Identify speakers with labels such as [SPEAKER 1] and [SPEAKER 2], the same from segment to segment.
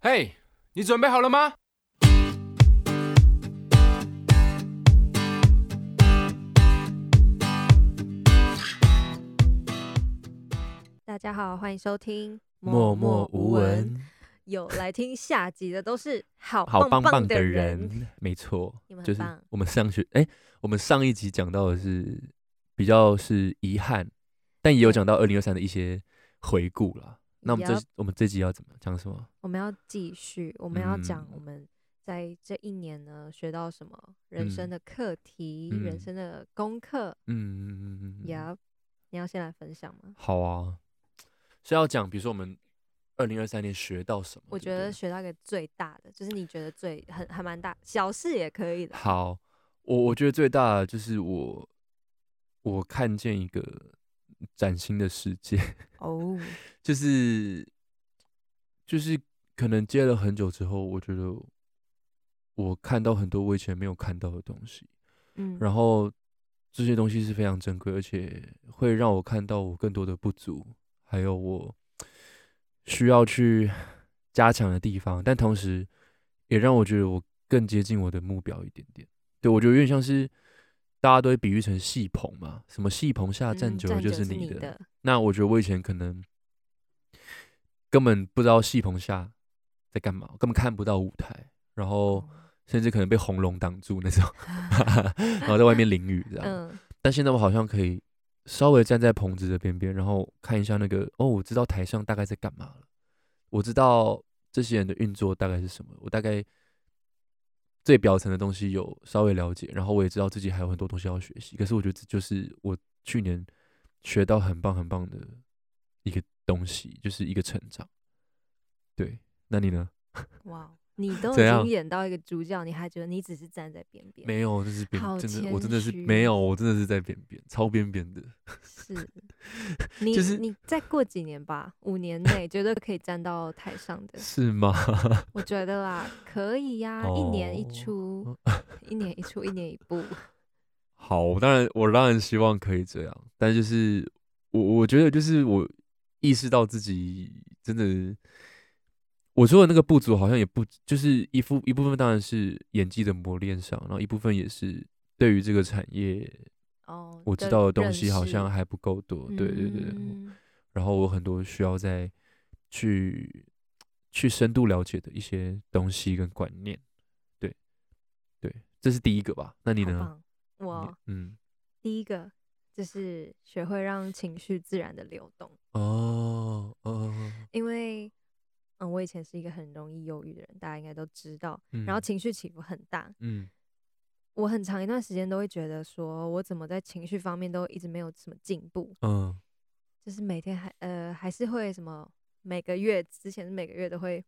[SPEAKER 1] 嘿、你准备好了吗？
[SPEAKER 2] 大家好，欢迎收听
[SPEAKER 3] 默默无闻。，
[SPEAKER 2] 有来听下集的都是好
[SPEAKER 3] 好棒
[SPEAKER 2] 棒
[SPEAKER 3] 棒的
[SPEAKER 2] 人，
[SPEAKER 3] 人，没错
[SPEAKER 2] 你们，
[SPEAKER 3] 就
[SPEAKER 2] 很
[SPEAKER 3] 是
[SPEAKER 2] 棒
[SPEAKER 3] 我们上学，哎，我们上一集讲到的是比较是遗憾，但也有
[SPEAKER 2] 对
[SPEAKER 3] 讲到二零二三的一些回顾啦。那我们这
[SPEAKER 2] Yup
[SPEAKER 3] 我们这集要怎么讲什么？
[SPEAKER 2] 我们要继续，我们要讲
[SPEAKER 3] 嗯
[SPEAKER 2] 我们在这一年呢学到什么人生
[SPEAKER 3] 嗯
[SPEAKER 2] 的课题、人
[SPEAKER 3] 嗯
[SPEAKER 2] 生的功课。
[SPEAKER 3] 嗯，嗯嗯嗯嗯嗯
[SPEAKER 2] 呀、你要先来分享吗？
[SPEAKER 3] 好啊，是要讲，比如说我们二零二三年学到什么？
[SPEAKER 2] 我
[SPEAKER 3] 对不
[SPEAKER 2] 觉
[SPEAKER 3] 对
[SPEAKER 2] 得学到一个最大的，就是你觉得最很还蛮大，小事也可以的。
[SPEAKER 3] 好，我我觉得最大的就是我我看见一个崭新的世界。
[SPEAKER 2] 哦，
[SPEAKER 3] 就是就是可能接了很久之后，我觉得我看到很多我以前没有看到的东西，
[SPEAKER 2] 嗯，
[SPEAKER 3] 然后这些东西是非常珍贵，而且会让我看到我更多的不足，还有我需要去加强的地方，但同时也让我觉得我更接近我的目标一点点。对我觉得有点像是大家都会比喻成戏棚嘛，什么戏棚下站
[SPEAKER 2] 嗯
[SPEAKER 3] 久了就是
[SPEAKER 2] 是你
[SPEAKER 3] 的，那我觉得我以前可能根本不知道戏棚下在干嘛，根本看不到舞台，然后
[SPEAKER 2] 哦，
[SPEAKER 3] 甚至可能被红龙挡住 那种，然后在外面淋雨这样。
[SPEAKER 2] 嗯，
[SPEAKER 3] 但现在我好像可以稍微站在棚子的边边，然后看一下那个哦，我知道台上大概在干嘛了，我知道这些人的运作大概是什么，我大概最表层的东西有稍微了解，然后我也知道自己还有很多东西要学习。可是我觉得这就是我去年学到很棒很棒的一个东西，就是一个成长。对，那你呢？
[SPEAKER 2] 哇，哦你都已
[SPEAKER 3] 怎
[SPEAKER 2] 经
[SPEAKER 3] 样
[SPEAKER 2] 演到一个主角，你还觉得你只是站在边边？
[SPEAKER 3] 没有，就是边
[SPEAKER 2] 好
[SPEAKER 3] 真的，我
[SPEAKER 2] 谦
[SPEAKER 3] 真的是
[SPEAKER 2] 虚
[SPEAKER 3] 没有，我真的是在边边，超边边的。
[SPEAKER 2] 是你、
[SPEAKER 3] 就是
[SPEAKER 2] 你再过几年吧，五年内绝对可以站到台上的，
[SPEAKER 3] 是吗？
[SPEAKER 2] 我觉得啦，可以呀、一年一
[SPEAKER 3] 哦
[SPEAKER 2] 出，一年一出，一年一部，
[SPEAKER 3] 好，我当然我当然希望可以这样，但就是我我觉得就是我意识到自己真的，我说的那个不足好像也不就是一部一部分当然是演技的磨练上，然后一部分也是对于这个产业
[SPEAKER 2] 哦，
[SPEAKER 3] 我知道的东西好像还不够多，对对对，
[SPEAKER 2] 嗯
[SPEAKER 3] 然后我很多需要再去去深度了解的一些东西跟观念，对对，这是第一个吧？那你
[SPEAKER 2] 好
[SPEAKER 3] 呢？
[SPEAKER 2] 棒
[SPEAKER 3] 你
[SPEAKER 2] 我
[SPEAKER 3] 嗯。
[SPEAKER 2] 第一个就是学会让情绪自然的流动，
[SPEAKER 3] 哦，哦，
[SPEAKER 2] 因为嗯，我以前是一个很容易忧郁的人，大家应该都知道，
[SPEAKER 3] 嗯
[SPEAKER 2] 然后情绪起伏很大，
[SPEAKER 3] 嗯
[SPEAKER 2] 我很长一段时间都会觉得说，我怎么在情绪方面都一直没有什么进步，
[SPEAKER 3] 嗯
[SPEAKER 2] 就是每天还呃还是会什么每个月之前每个月都会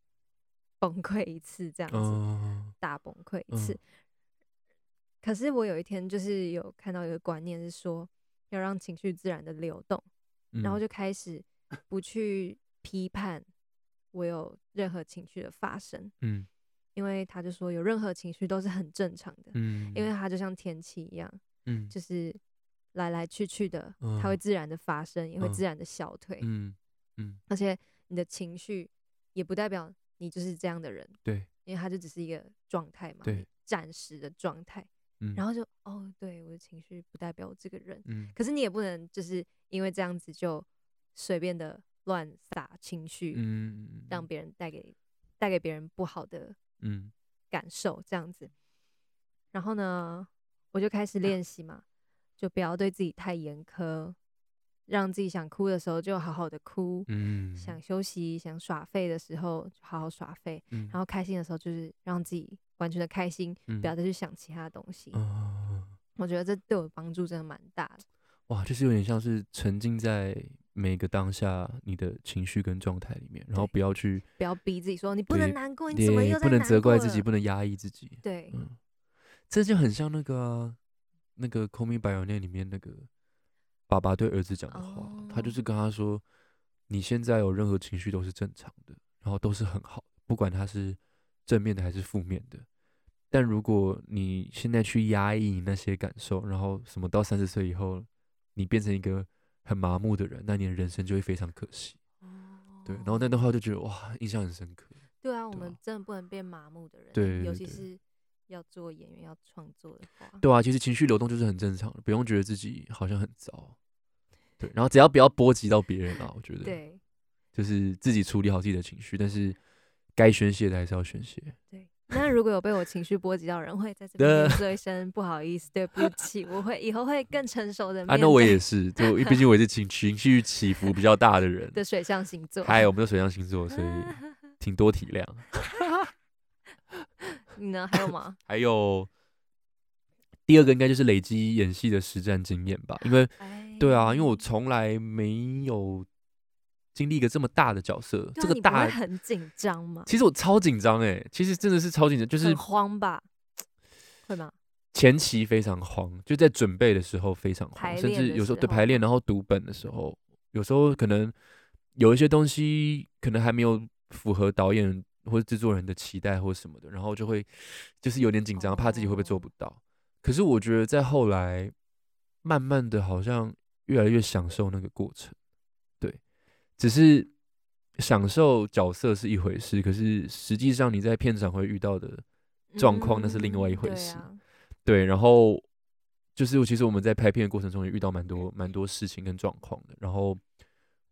[SPEAKER 2] 崩溃一次这样子，
[SPEAKER 3] 嗯
[SPEAKER 2] 大崩溃一
[SPEAKER 3] 嗯
[SPEAKER 2] 次。可是我有一天就是有看到一个观念是说，要让情绪自然的流动，
[SPEAKER 3] 嗯，
[SPEAKER 2] 然后就开始不去批判我有任何情绪的发生，
[SPEAKER 3] 嗯
[SPEAKER 2] 因为他就说有任何情绪都是很正常的，
[SPEAKER 3] 嗯，
[SPEAKER 2] 因为它就像天气一样。
[SPEAKER 3] 嗯
[SPEAKER 2] 就是来来去去的，它会
[SPEAKER 3] 嗯
[SPEAKER 2] 自然的发生，也会
[SPEAKER 3] 嗯
[SPEAKER 2] 自然的消退，
[SPEAKER 3] 嗯
[SPEAKER 2] 而且你的情绪也不代表你就是这样的人，
[SPEAKER 3] 对，
[SPEAKER 2] 因为它就只是一个状态嘛，
[SPEAKER 3] 对
[SPEAKER 2] 你暂时的状态，
[SPEAKER 3] 嗯，
[SPEAKER 2] 然
[SPEAKER 3] 后
[SPEAKER 2] 后就哦，对，我的情绪不代表我这个人，
[SPEAKER 3] 嗯
[SPEAKER 2] 可是你也不能就是因为这样子就随便的乱撒情绪，
[SPEAKER 3] 嗯
[SPEAKER 2] 让别人带给带给别人不好的
[SPEAKER 3] 嗯
[SPEAKER 2] 感受这样子。然后呢，我就开始练习嘛，就不要对自己太严苛，让自己想哭的时候就好好的哭，
[SPEAKER 3] 嗯
[SPEAKER 2] 想休息、想耍废的时候就好好耍废，
[SPEAKER 3] 嗯，
[SPEAKER 2] 然后开心的时候就是让自己完全的开心，
[SPEAKER 3] 后
[SPEAKER 2] 不要再去想其他东西。
[SPEAKER 3] 啊
[SPEAKER 2] 我觉得这对我帮助真的蛮大的。
[SPEAKER 3] 哇，就是有点像是沉浸在每个当下你的情绪跟状态里面，然后
[SPEAKER 2] 对
[SPEAKER 3] 不要去
[SPEAKER 2] 不要逼自己说你不
[SPEAKER 3] 对
[SPEAKER 2] 能难过，你
[SPEAKER 3] 也
[SPEAKER 2] 怎么又在
[SPEAKER 3] 不能
[SPEAKER 2] 难
[SPEAKER 3] 责怪
[SPEAKER 2] 过
[SPEAKER 3] 自己，
[SPEAKER 2] 了
[SPEAKER 3] 不能压抑自己，
[SPEAKER 2] 对，
[SPEAKER 3] 嗯，这就很像那个啊那个《Call Me by Your Name》里面那个爸爸对儿子讲的话，他就
[SPEAKER 2] 哦
[SPEAKER 3] 是跟他说，你现在有任何情绪都是正常的，然后都是很好，不管它是正面的还是负面的。但如果你现在去压抑你那些感受，然后什么到三十岁以后，你变成一个很麻嗯
[SPEAKER 2] 哦
[SPEAKER 3] 木的人，那你的人生就会非常可惜。对，然后那段话就觉得哇，印象很深刻。
[SPEAKER 2] 对啊，我
[SPEAKER 3] 对
[SPEAKER 2] 们
[SPEAKER 3] 啊
[SPEAKER 2] 真的不能变麻木的人，
[SPEAKER 3] 对对
[SPEAKER 2] 尤其
[SPEAKER 3] 对
[SPEAKER 2] 是要做演员、要创作的话，
[SPEAKER 3] 对啊，其实情绪流动就是很正常的，不用觉得自己好像很糟。对，然后只要不要波及到别人啊，我觉得，，
[SPEAKER 2] 对
[SPEAKER 3] 就是自己处理好自己的情绪，但是该宣泄的还是要宣泄。啊
[SPEAKER 2] 对。那如果有被我情绪波及到的人，会在这
[SPEAKER 3] 呃
[SPEAKER 2] 边先说一声不好意思，对不起，我会以后会更成熟的
[SPEAKER 3] 啊，
[SPEAKER 2] 面
[SPEAKER 3] 那我
[SPEAKER 2] 对
[SPEAKER 3] 也是，就毕竟我也
[SPEAKER 2] 。
[SPEAKER 3] 是情情绪起伏比较大的人
[SPEAKER 2] 的水象星 座。
[SPEAKER 3] 嗨，我们都水象星座，所以挺多体谅。
[SPEAKER 2] 你呢？还有吗？
[SPEAKER 3] 还有第二个应该就是累积演戏的实战经验吧，因为
[SPEAKER 2] 哎
[SPEAKER 3] 对啊，因为我从来没有经历一个这么大的角色，
[SPEAKER 2] 对啊
[SPEAKER 3] 这个
[SPEAKER 2] 你不会
[SPEAKER 3] 大
[SPEAKER 2] 很紧张吗？
[SPEAKER 3] 其实我超紧张哎，其实真的是超紧张， 就是
[SPEAKER 2] 很慌吧？会吗？
[SPEAKER 3] 前期非常慌，就在准备的时候非常
[SPEAKER 2] 排
[SPEAKER 3] 慌，甚
[SPEAKER 2] 练
[SPEAKER 3] 至
[SPEAKER 2] 的
[SPEAKER 3] 有时候
[SPEAKER 2] 时
[SPEAKER 3] 对
[SPEAKER 2] 候
[SPEAKER 3] 排练，
[SPEAKER 2] 吗
[SPEAKER 3] 然后读本的时候，有时候可能有一些东西可能还没有符合导演或者制作人的期待或什么的，然后就会就是有点紧张，怕自己会不会做不
[SPEAKER 2] 哦
[SPEAKER 3] 到。可是我觉得在后来，慢慢的好像越来越享受那个过程，对，只是享受角色是一回事，可是实际上你在片场会遇到的状况那是另外一
[SPEAKER 2] 嗯
[SPEAKER 3] 回
[SPEAKER 2] 对
[SPEAKER 3] 事
[SPEAKER 2] 啊
[SPEAKER 3] 对，然后就是其实我们在拍片的过程中也遇到蛮多蛮多事情跟状况的，然后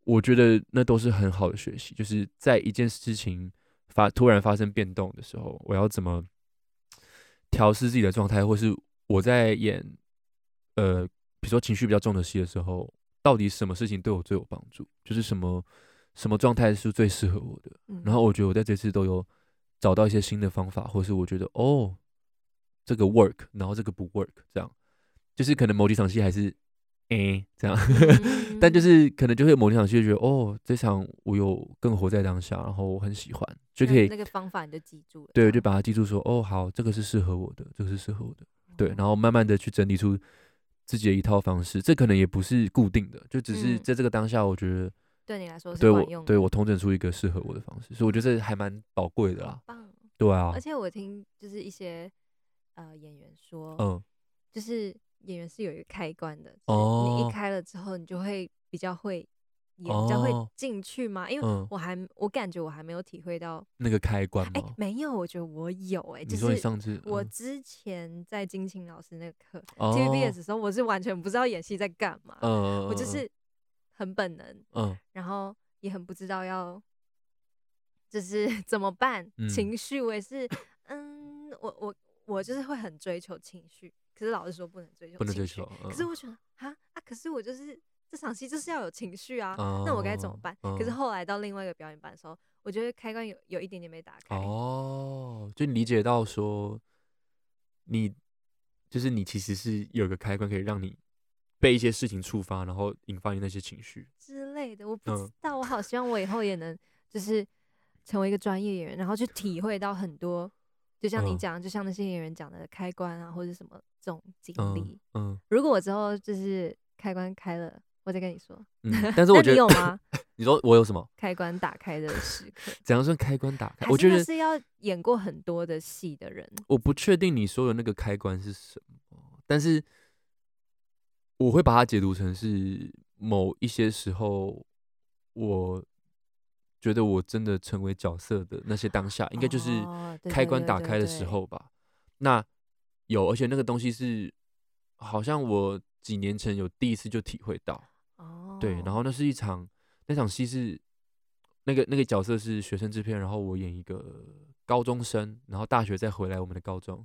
[SPEAKER 3] 我觉得那都是很好的学习，就是在一件事情发突然发生变动的时候，我要怎么调试自己的状态，或是我在演呃比如说情绪比较重的戏的时候，到底什么事情对我最有帮助，就是什么什么状态是最适合我的，
[SPEAKER 2] 嗯
[SPEAKER 3] 然后我觉得我在这次都有找到一些新的方法，或是我觉得哦，这个 work，然后这个不 work，这样就是可能某几场戏还是诶、这样，
[SPEAKER 2] 嗯
[SPEAKER 3] 但就是可能就会某几场戏就觉得哦，这场我有更活在当下，然后我很喜欢，就可
[SPEAKER 2] 那
[SPEAKER 3] 以
[SPEAKER 2] 那个方法你就记住了，
[SPEAKER 3] 对，
[SPEAKER 2] 这
[SPEAKER 3] 就
[SPEAKER 2] 样
[SPEAKER 3] 把它记住说哦，好，这个是适合我的，这个是适合我的，对，
[SPEAKER 2] 哦
[SPEAKER 3] 然后慢慢的去整理出自己的一套方式，这可能也不是固定的，就只是
[SPEAKER 2] 嗯
[SPEAKER 3] 在这个当下，我觉得
[SPEAKER 2] 对你来说
[SPEAKER 3] 对
[SPEAKER 2] 是管
[SPEAKER 3] 我
[SPEAKER 2] 用，
[SPEAKER 3] 对，我统整出一个适合我的方式，所以我觉得这还蛮宝贵的啦。
[SPEAKER 2] 棒。
[SPEAKER 3] 对啊
[SPEAKER 2] 而，且我听就是一些呃演员说，
[SPEAKER 3] 嗯，
[SPEAKER 2] 就是演员是有一个开关的，就是你
[SPEAKER 3] 哦
[SPEAKER 2] 一开了之后，你就会比较会演，比较会
[SPEAKER 3] 哦
[SPEAKER 2] 进去嘛。因为
[SPEAKER 3] 嗯，
[SPEAKER 2] 我还我感觉我还没有体会到，
[SPEAKER 3] 那个开关
[SPEAKER 2] 哎、
[SPEAKER 3] 吗？
[SPEAKER 2] 没有，我觉得我有哎、
[SPEAKER 3] 你
[SPEAKER 2] 就
[SPEAKER 3] 说你
[SPEAKER 2] 是
[SPEAKER 3] 上次
[SPEAKER 2] 我
[SPEAKER 3] 嗯
[SPEAKER 2] 之前在金琴老师那个课
[SPEAKER 3] 哦
[SPEAKER 2] TVBS 的时候，我是完全不知道演戏在干嘛，
[SPEAKER 3] 嗯，
[SPEAKER 2] 我就
[SPEAKER 3] 嗯
[SPEAKER 2] 是很本能，
[SPEAKER 3] 嗯
[SPEAKER 2] 然后也很不知道要就是 怎么办，
[SPEAKER 3] 嗯
[SPEAKER 2] 情绪我也是，嗯，我我我就是会很追求情绪，可是老师说不能追求，
[SPEAKER 3] 不能追求。。嗯
[SPEAKER 2] 可是我觉得啊啊，可是我就是这场戏就是要有情绪啊，那我该怎么
[SPEAKER 3] 哦
[SPEAKER 2] 办？可是
[SPEAKER 3] 嗯
[SPEAKER 2] 后来到另外一个表演班的时候，我觉得开关有有一点点被打开，
[SPEAKER 3] 哦，就你理解到说你就是你其实是有个开关可以让你被一些事情触发，然后引发你那些情绪。
[SPEAKER 2] 之类的，我不
[SPEAKER 3] 嗯
[SPEAKER 2] 知道，我好希望我以后也能就是成为一个专业演员，然后去体会到很多，就像你
[SPEAKER 3] 嗯
[SPEAKER 2] 讲，就像那些演员讲的开关啊，或者什么这种经历
[SPEAKER 3] 嗯。嗯
[SPEAKER 2] 如果我之后就是开关开了，我再跟你说。
[SPEAKER 3] 嗯，但是我
[SPEAKER 2] 那
[SPEAKER 3] 觉
[SPEAKER 2] 你
[SPEAKER 3] 得
[SPEAKER 2] 有吗？
[SPEAKER 3] 你说我有什么？
[SPEAKER 2] 开关打开的时 刻，
[SPEAKER 3] 怎样算开关打开？
[SPEAKER 2] 还
[SPEAKER 3] 我
[SPEAKER 2] 是
[SPEAKER 3] 觉
[SPEAKER 2] 那
[SPEAKER 3] 得
[SPEAKER 2] 是要演过很多的戏的人，
[SPEAKER 3] 我不确定你说的那个开关是什么，但是我会把它解读成是某一些时候，我觉得我真的成为角色的那些当下，应该就是
[SPEAKER 2] 哦对
[SPEAKER 3] 开
[SPEAKER 2] 对
[SPEAKER 3] 关
[SPEAKER 2] 对
[SPEAKER 3] 打
[SPEAKER 2] 对
[SPEAKER 3] 开的时
[SPEAKER 2] 对
[SPEAKER 3] 候吧。那有，而且那个东西是好像我几年前有第一次就体会到，
[SPEAKER 2] 哦，
[SPEAKER 3] 对，然后那是一场那场戏是那个那个角色是学生制片，然后我演一个高中生，然后大学再回来我们的高中，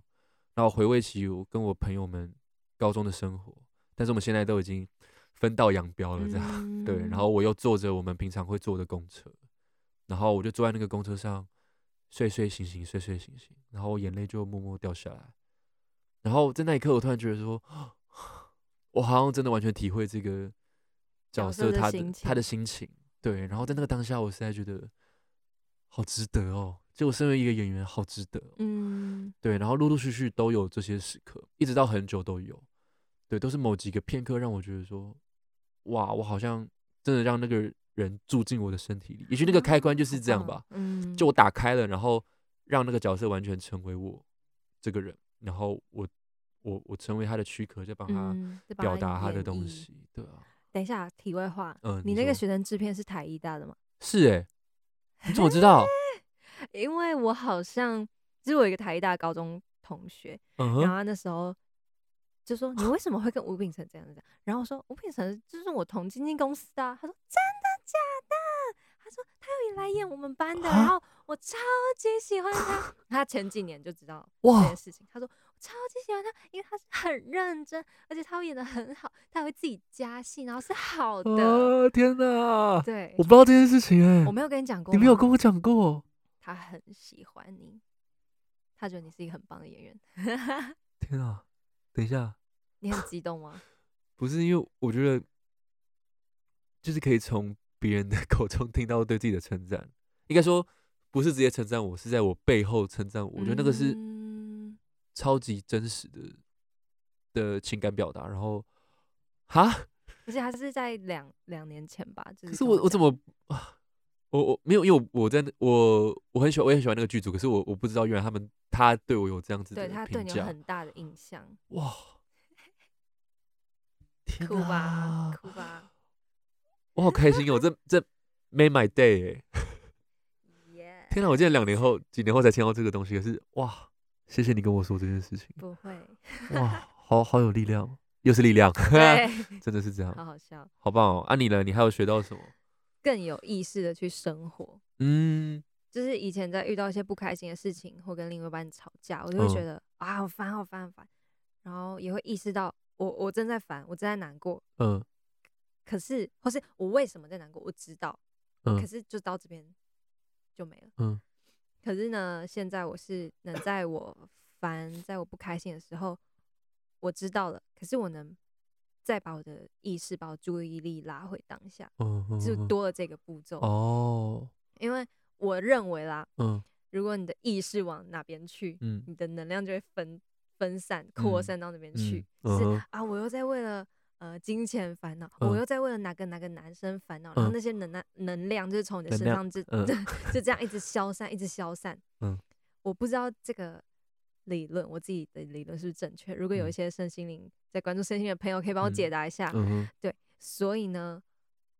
[SPEAKER 3] 然后回味起我跟我朋友们高中的生活，但是我们现在都已经分道扬
[SPEAKER 2] 哦
[SPEAKER 3] 镳了，这样、
[SPEAKER 2] 嗯
[SPEAKER 3] 对，然后我又坐着我们平常会坐的公车，然后我就坐在那个公车上睡睡醒醒睡睡醒醒，然后我眼泪就默默掉下来，然后在那一刻我突然觉得说， 我好像真的完全体会这个角
[SPEAKER 2] 角
[SPEAKER 3] 色
[SPEAKER 2] 色的
[SPEAKER 3] 他的
[SPEAKER 2] 心
[SPEAKER 3] 他的心情，对，然后在那个当下我实在觉得好值得哦，就我身为一个演员好值得哦、
[SPEAKER 2] 嗯，
[SPEAKER 3] 对，然后陆陆续续都有这些时刻，一直到很久都有，对，都是某几个片刻让我觉得说，哇，我好像真的让那个人住进我的身体里，也许那个开关就是
[SPEAKER 2] 好
[SPEAKER 3] 这样
[SPEAKER 2] 棒
[SPEAKER 3] 吧，，
[SPEAKER 2] 嗯，
[SPEAKER 3] 就我打开了，然后让那个角色完全成为我这个人，然后我我我成为他的躯壳，再帮他
[SPEAKER 2] 嗯再帮
[SPEAKER 3] 表
[SPEAKER 2] 他
[SPEAKER 3] 达他的
[SPEAKER 2] 演
[SPEAKER 3] 东
[SPEAKER 2] 绎
[SPEAKER 3] 西，对啊，
[SPEAKER 2] 等一下，题外话，
[SPEAKER 3] 嗯
[SPEAKER 2] 你
[SPEAKER 3] 你
[SPEAKER 2] 那个
[SPEAKER 3] 说欸
[SPEAKER 2] 学生制片是台艺大的吗？
[SPEAKER 3] 是哎、你怎么知道？
[SPEAKER 2] 因为我好像，就是我有一个台大高中同学，
[SPEAKER 3] 嗯
[SPEAKER 2] 然
[SPEAKER 3] 哼，
[SPEAKER 2] 后他那时候就说：“你为什么会跟吴秉承这样子？”然后我说：“吴秉承就是我同经纪公司的、啊。”他说：“真的假的？”他说：“他有来演我们班的，
[SPEAKER 3] 啊
[SPEAKER 2] 然后我超级喜欢 他。他前几年就知道这
[SPEAKER 3] 哇
[SPEAKER 2] 件，事情，他说我超级喜欢他，因为他是很认真，而且他会演的很好，他还会自己加戏，然后是好的。
[SPEAKER 3] 啊，天哪，
[SPEAKER 2] 对
[SPEAKER 3] 我，不知道这件事情哎、
[SPEAKER 2] 我没有跟你讲过，
[SPEAKER 3] 你没有跟，我讲过，
[SPEAKER 2] 他很喜欢你，他觉得你是一个很棒的演员。
[SPEAKER 3] 天啊，等一下，
[SPEAKER 2] 你很激动吗？
[SPEAKER 3] 不是因为我觉得，就是可以从别人的 口中听到对自己的称赞，应该说不是直接称赞我，是在我背后称赞 我，我觉得那个是。
[SPEAKER 2] 嗯
[SPEAKER 3] 超级真实的的情感表达。然后，哈，
[SPEAKER 2] 而且他是在两两年前吧，就
[SPEAKER 3] 可
[SPEAKER 2] 是
[SPEAKER 3] 是
[SPEAKER 2] 跟
[SPEAKER 3] 我我怎
[SPEAKER 2] 讲
[SPEAKER 3] 么啊？我我没有，因为我我在那我我很喜欢，我也很喜欢那个剧组，可是我我不知道原来他们他对我有这样子的
[SPEAKER 2] 对他对
[SPEAKER 3] 评
[SPEAKER 2] 你有
[SPEAKER 3] 价，
[SPEAKER 2] 很大的印象，
[SPEAKER 3] 哇！啊天
[SPEAKER 2] 哭吧
[SPEAKER 3] 哪，
[SPEAKER 2] 哭吧
[SPEAKER 3] 我好开心哦！这这 made my day 哎！
[SPEAKER 2] 耶
[SPEAKER 3] 天哪，我记得两年后、几年后才签到这个东西，可是哇，谢谢你跟我说这件 事情，
[SPEAKER 2] 不 会，
[SPEAKER 3] 哇，好好有力量哦，又是力量，
[SPEAKER 2] 对，
[SPEAKER 3] 真的是这样。
[SPEAKER 2] 好好笑，
[SPEAKER 3] 好棒哦！啊，你呢？你还有学到什么？
[SPEAKER 2] 更有意识的去生活。
[SPEAKER 3] 嗯，
[SPEAKER 2] 就是以前在遇到一些不开心的事情，或跟另外一半吵架，我就会觉
[SPEAKER 3] 嗯
[SPEAKER 2] 得、啊，好烦，好烦，好烦，然后也会意识到我我正在烦，我正在难过，
[SPEAKER 3] 嗯
[SPEAKER 2] 可是或是我为什么在难过，我知道，
[SPEAKER 3] 嗯
[SPEAKER 2] 可是就到这边就没了。
[SPEAKER 3] 嗯，
[SPEAKER 2] 可是呢，现在我是能在我烦、在我不开心的时候，我知道了，可是我能再把我的意识、把我注意力拉回当下，
[SPEAKER 3] 嗯嗯，
[SPEAKER 2] 就
[SPEAKER 3] 嗯
[SPEAKER 2] 多了这个步骤。
[SPEAKER 3] 哦，
[SPEAKER 2] 因为我认为啦，
[SPEAKER 3] 嗯
[SPEAKER 2] 如果你的意识往哪边去，
[SPEAKER 3] 嗯
[SPEAKER 2] 你的能量就会分分散、扩
[SPEAKER 3] 嗯
[SPEAKER 2] 散到那边去
[SPEAKER 3] 嗯。嗯
[SPEAKER 2] 是
[SPEAKER 3] 哼
[SPEAKER 2] 啊，我又在为了呃金钱烦恼，哦
[SPEAKER 3] 嗯
[SPEAKER 2] 我又在为了哪个哪个男生烦恼，然后
[SPEAKER 3] 嗯
[SPEAKER 2] 那些能量能量就是从你的
[SPEAKER 3] 能
[SPEAKER 2] 身
[SPEAKER 3] 量
[SPEAKER 2] 上就、
[SPEAKER 3] 嗯
[SPEAKER 2] 就这样一直消散，一直消散。
[SPEAKER 3] 嗯，
[SPEAKER 2] 我不知道这个理论，我自己的理论是不是正确？如果有
[SPEAKER 3] 嗯
[SPEAKER 2] 一些身心灵在关注身心灵的朋友，可以帮我
[SPEAKER 3] 嗯
[SPEAKER 2] 解答一下。
[SPEAKER 3] 嗯哼
[SPEAKER 2] 所以呢，